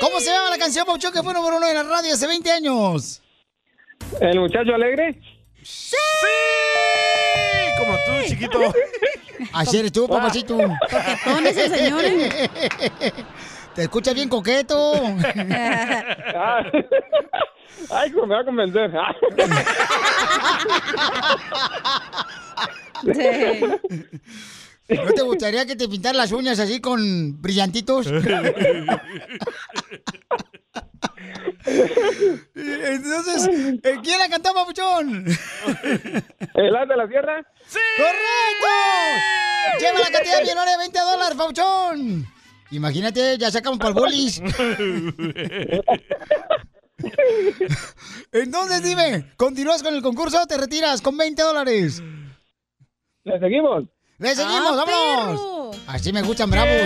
¿Cómo se llama la canción, Pauchón, que fue número uno en la radio hace 20 años? ¿El muchacho alegre? ¡Sí! Como tú, chiquito. Ayer estuvo, papacito. Coquetón ese señor, ¿eh? <laughs> Te escuchas bien coqueto. <laughs> Ay, pues me va a convencer. ¿No te gustaría que te pintaran las uñas así <laughs> con brillantitos? Entonces, ¿eh, ¿quién la <laughs> cantó, papuchón? <laughs> ¿El as de la sierra? ¡Correcto! Lleva la cantidad de millones de 20 dólares, papuchón. Imagínate, ya sacamos para el bolis. <laughs> Entonces, dime, ¿continúas con el concurso o te retiras con 20 dólares? ¿Le seguimos? ¡Le seguimos, Ah, vámonos! Así me gustan bravos.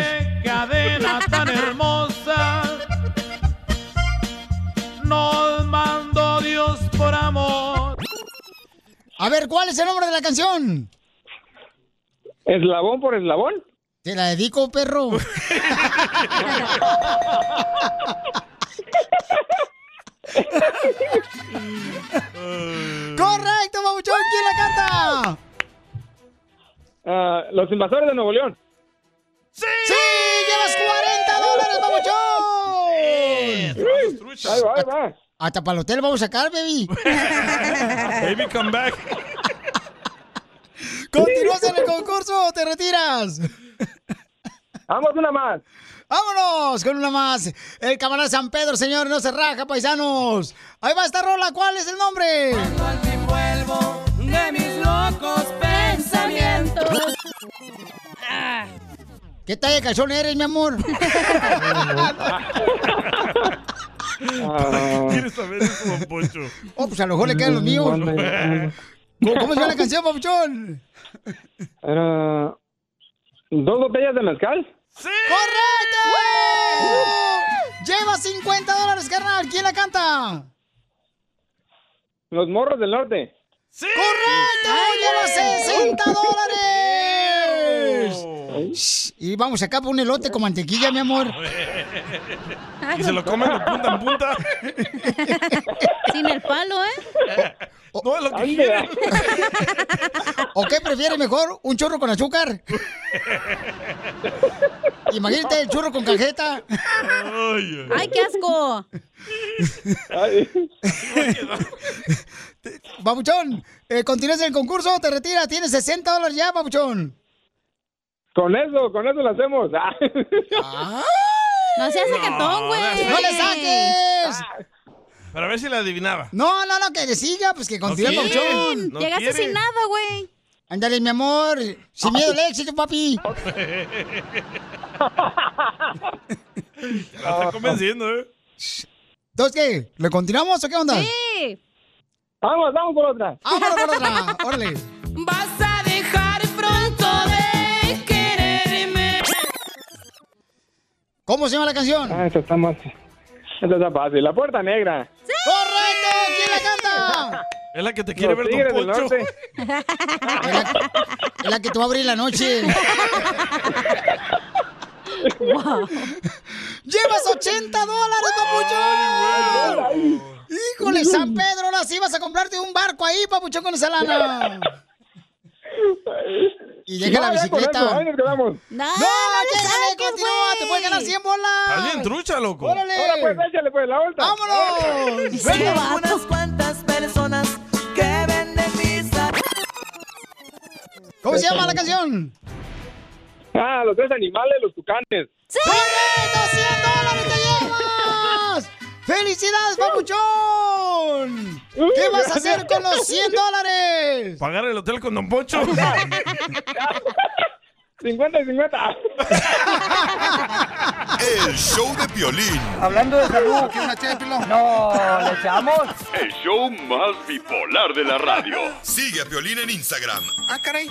cadena tan hermosa nos mandó Dios por amor. A ver, ¿cuál es el nombre de la canción? ¿Eslabón por eslabón? Te la <laughs> dedico, perro. ¡Correcto, Babuchón! ¿Quién la canta? Ah, los invasores de Nuevo León. ¡Sí! ¡Llevas 40 dólares, Babuchón! Ahí va, ahí va. Hasta para el hotel vamos a sacar, baby. <laughs> Baby, come back. <laughs> ¿Continúas en el concurso o te retiras? ¡Vamos, una más! ¡Vámonos con una más! El camarada San Pedro, señor, no se raja, paisanos. Ahí va esta rola, ¿cuál es el nombre? Vuelvo de mis locos pensamientos. ¿Qué talla de calzón eres, mi amor? Ah. ¿Quieres saber eso, don Poncho? Oh, pues a lo mejor le quedan los míos. ¿Dónde? ¿Cómo cómo se llama la canción, papuchón? Era... ¿Dos botellas de mezcal? ¡Correcto! Lleva 50 dólares, carnal. ¿Quién la canta? Los morros del norte. ¡Correcto! ¡Lleva 60 dólares! Shh, Y vamos acá por un elote con mantequilla, mi amor. Y se lo comen de punta en punta. <laughs> Sin el palo, ¿eh? No, lo que quiera. ¿O qué prefiere mejor? ¿Un churro con azúcar? <laughs> Imagínate el churro con cajeta. ¡Ay, qué asco! Babuchón, eh, ¿continúas en el concurso o te retiras? Tienes 60 dólares ya, Babuchón. Con eso, con eso lo hacemos. Ah. No seas No, sacatón, güey. ¡No le saques! Para ver si la adivinaba. No, no, no, que le siga, pues que continúe quiere, Babuchón. no Llegaste quiere. sin nada, güey. Ándale, mi amor. Sin miedo al éxito, papi. La está convenciendo, ¿eh? Entonces, ¿qué? ¿Le continuamos o qué onda? Sí. Vamos, vamos por otra. Vámonos por otra. Órale. Vas a dejar pronto de quererme. ¿Cómo se llama la canción? Ah, esta está más... Esta está fácil. La Puerta Negra. ¡Correcto! ¿Quién la canta? Es la que te quiere Los ver, Tigres don del Poncho. Norte. Es la que te va a abrir la noche. ¡Llevas 80 dólares, papuchón! ¡Híjole, San Pedro! Ahora sí vas a comprarte un barco ahí, papuchón, con esa lana. Y deja la bicicleta. Ahí nos quedamos. ¡No, échale, continúa! ¡Te puedes ganar 100 bolas! Está bien trucha, loco. ¡Órale! Ahora pues, échale pues la vuelta. ¡Vámonos! Ven. unas cuantas personas que venden pizza. ¿Cómo se llama la canción? Ah, los tres animales, los tucanes. ¡Correcto! ¡100 dólares te llevas! ¡Felicidades, papuchón! ¿Qué vas a hacer con los <laughs> 100 dólares? Pagar el hotel con Don <laughs> Poncho. 50 y 50. El show de Piolín. Hablando de salud, ¿quieres una ché, Pilón? No, ¿le echamos? El show más bipolar de la radio. Sigue a Piolín en Instagram. Ah, caray.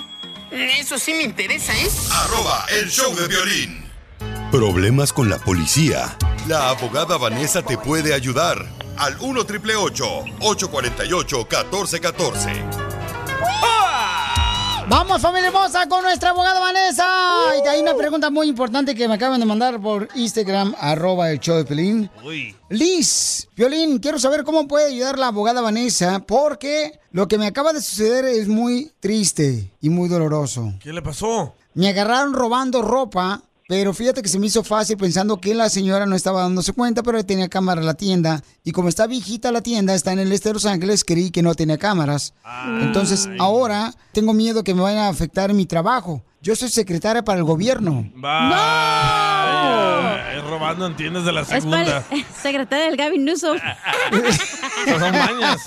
Eso sí me interesa, ¿eh? Arroba el show de violín. Problemas con la policía. La abogada Vanessa te puede ayudar. Al 1 triple 848 1414. Vamos, familia hermosa, con nuestra abogada Vanessa. Y hay una pregunta muy importante que me acaban de mandar por Instagram, arroba el show de Piolín. Uy. Liz, Violín, quiero saber cómo puede ayudar la abogada Vanessa, porque lo que me acaba de suceder es muy triste y muy doloroso. ¿Qué le pasó? Me agarraron robando ropa, pero fíjate que se me hizo fácil pensando que la señora no estaba dándose cuenta, pero tenía cámara la tienda. Y como está viejita la tienda, está en el este de Los Ángeles, creí que no tenía cámaras. Entonces ahora tengo miedo que me vayan a afectar en mi trabajo. Yo soy secretaria para el gobierno. Vaya, Es robando en tiendas de la Es para <laughs> segunda. el secretario del Gavin <laughs> Newsom. Esas son mañas.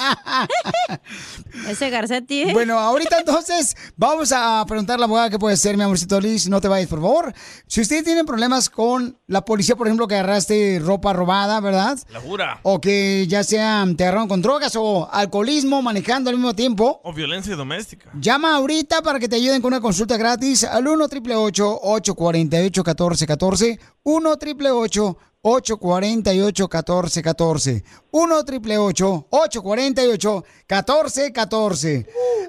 <laughs> Ese Garcetti, ¿eh? Bueno, ahorita entonces vamos a preguntar a la abogada qué puede ser, mi amorcito Liz. No te vayas, por favor. Si ustedes tienen problemas con la policía, por ejemplo, que agarraste ropa robada, ¿verdad? La jura. O que ya sea te agarraron con drogas o alcoholismo manejando al mismo tiempo. O violencia doméstica. Llama ahorita para que te ayuden con una consulta gratis al 1 888 848 1414 1 888 848 1414 1 888 848 1414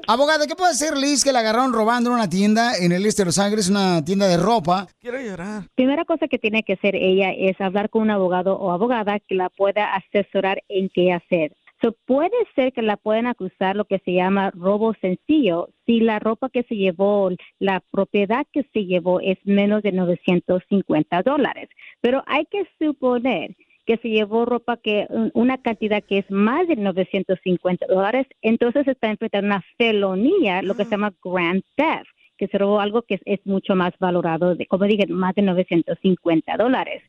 Abogada, ¿qué puede hacer Liz que la agarraron robando en una tienda en el este de Los Ángeles, una tienda de ropa? Quiero llorar. Primera cosa que tiene que hacer ella es hablar con un abogado o abogada que la pueda asesorar en qué hacer. So, puede ser que la puedan acusar lo que se llama robo sencillo si la ropa que se llevó, la propiedad que se llevó es menos de 950 dólares. Pero hay que suponer que se llevó ropa que un- una cantidad que es más de 950 dólares, entonces está enfrentando una felonía, lo que se llama grand theft, que se robó algo que es, es mucho más valorado, de, como dije, más de 950 dólares.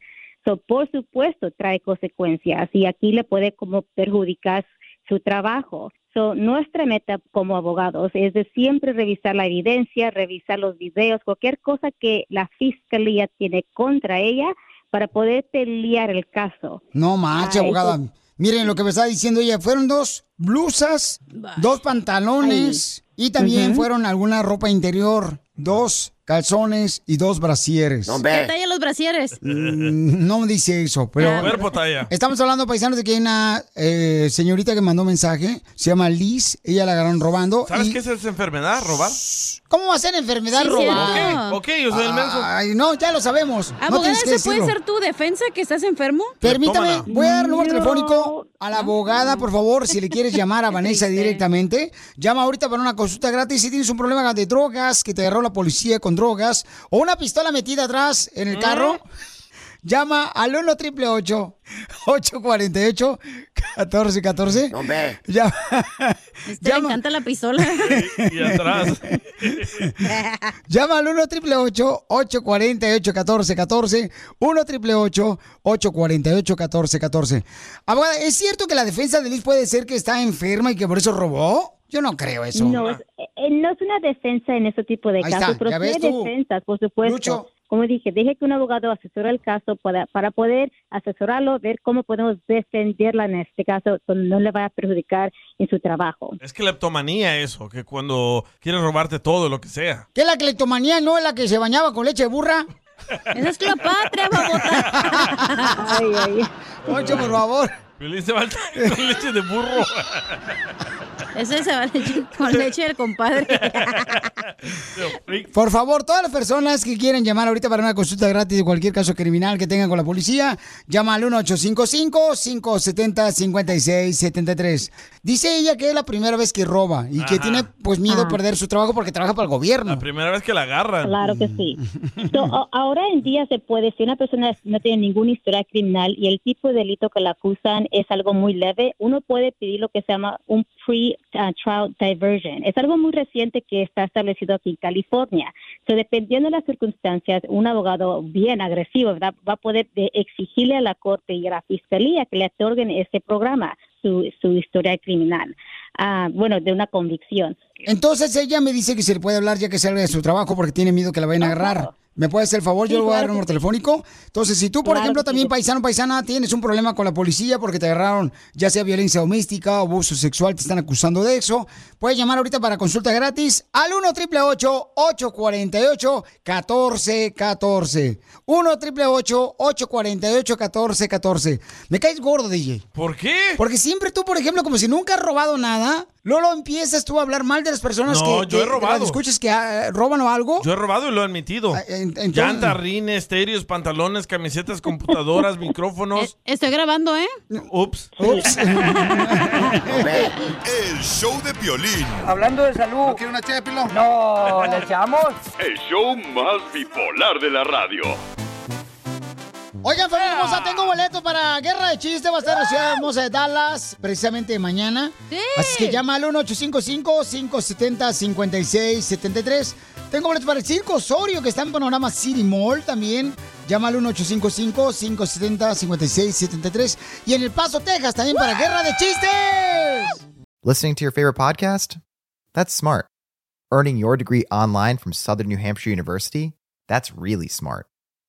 So, por supuesto, trae consecuencias y aquí le puede como perjudicar su trabajo. So, nuestra meta como abogados es de siempre revisar la evidencia, revisar los videos, cualquier cosa que la fiscalía tiene contra ella para poder pelear el caso. No manches, Ah, abogada. eso- Miren lo que me está diciendo ella. Fueron dos blusas, dos pantalones y también Ujú. fueron alguna ropa interior, dos calzones y dos brasieres. ¿Qué talla los brasieres? Mm, No me dice eso, pero... Cuerpo talla. Estamos hablando, pues, paisanos, de que hay una eh, señorita que mandó mensaje. Se llama Liz. Ella la agarraron robando. ¿Sabes y- qué es esa enfermedad? Robar. ¿Cómo va a ser enfermedad Sí, robar? cierto. Ok, ok, yo soy el menso. Ay, no, ya lo sabemos. no Abogada, tienes que ¿esa puede ser decirlo. Pues tu defensa que estás enfermo? Permítame, voy a dar el número telefónico a la abogada, por favor, si le quieres llamar <laughs> a Vanessa directamente. Llama ahorita para una consulta gratis si tienes un problema de drogas, que te agarró la policía con drogas, o una pistola metida atrás en ¿Eh? el carro. Llama al 1 888 848 1414 Llama, Te Este le encanta la <laughs> pistola. Y atrás. Llama al 1 888 848 1414 1 888 848 1414 Abogada, ¿es cierto que la defensa de Liz puede ser que está enferma y que por eso robó? Yo no creo eso. No, es, eh, no es una defensa en este tipo de Ahí casos, está, pero ya sí hay ves tú. defensas, por supuesto. Lucho. Como dije, deje que un abogado asesore el caso para, para poder asesorarlo, ver cómo podemos defenderla en este caso, donde no le va a perjudicar en su trabajo. Es cleptomanía eso, que cuando quieres robarte todo, lo que sea. ¿Qué la cleptomanía no es la que se bañaba con leche de burra? Esa es Cleopatra, babota. ay, ay. Poncho, por favor. Violín se va al- con leche de burro. Ese se va a leche- <laughs> con leche del compadre. Por favor, todas las personas que quieren llamar ahorita para una consulta gratis de cualquier caso criminal que tengan con la policía, llama al 1-855-570-5673. Dice ella que es la primera vez que roba y que Ajá. tiene pues miedo Ah. a perder su trabajo porque trabaja para el gobierno. La primera vez que la agarran. Claro que sí. Mm. So, a- ahora en día se puede, si una persona no tiene ninguna historia criminal y el tipo de delito que la acusan es algo muy leve, uno puede pedir lo que se llama un pre-trial diversion. Es algo muy reciente que está establecido aquí en California. So, dependiendo de las circunstancias, un abogado bien agresivo ¿verdad? va a poder eh, exigirle a la corte y a la fiscalía que le otorguen ese programa, su, su historia criminal. Ah, bueno, de una convicción. Entonces ella me dice que se le puede hablar ya que salga de su trabajo porque tiene miedo que la vayan a agarrar. ¿Me puede hacer el favor? Yo Sí, le voy a dar claro que el número sí. telefónico. Entonces, si tú, por Claro ejemplo, que también sí. paisano paisana, tienes un problema con la policía porque te agarraron ya sea violencia doméstica, abuso sexual, te están acusando de eso, puedes llamar ahorita para consulta gratis al 1 888 848 1414 1 888 848 1414 Me caes gordo, DJ. ¿Por qué? Porque siempre tú, por ejemplo, como si nunca has robado nada, Lolo empiezas tú a hablar mal de las personas No, que, yo he que- que robado. las escuchas que ah, roban o algo. Yo he robado y lo he admitido. Ah, en- entonces- Llantas, rines, estéreos, pantalones, camisetas, computadoras, <laughs> micrófonos. Estoy grabando, ¿eh? Ups. <laughs> Ups. <laughs> El show de Piolín. Hablando de salud. ¿No quiere una ché, Pilón? No, ¿le echamos? El show más bipolar de la radio. Oigan, familia hermosa, tengo boleto para Guerra de Chistes. Va a estar en la ciudad hermosa de Dallas precisamente mañana. Así que llama al 1-855-570-5673. Tengo boleto para el Circo Osorio, que está en Panorama City Mall también. Llama al 1-855-570-5673. Y en El Paso, Texas, también para Guerra de Chistes. Listening to your favorite podcast? That's smart. Earning your degree online from Southern New Hampshire University? That's really smart.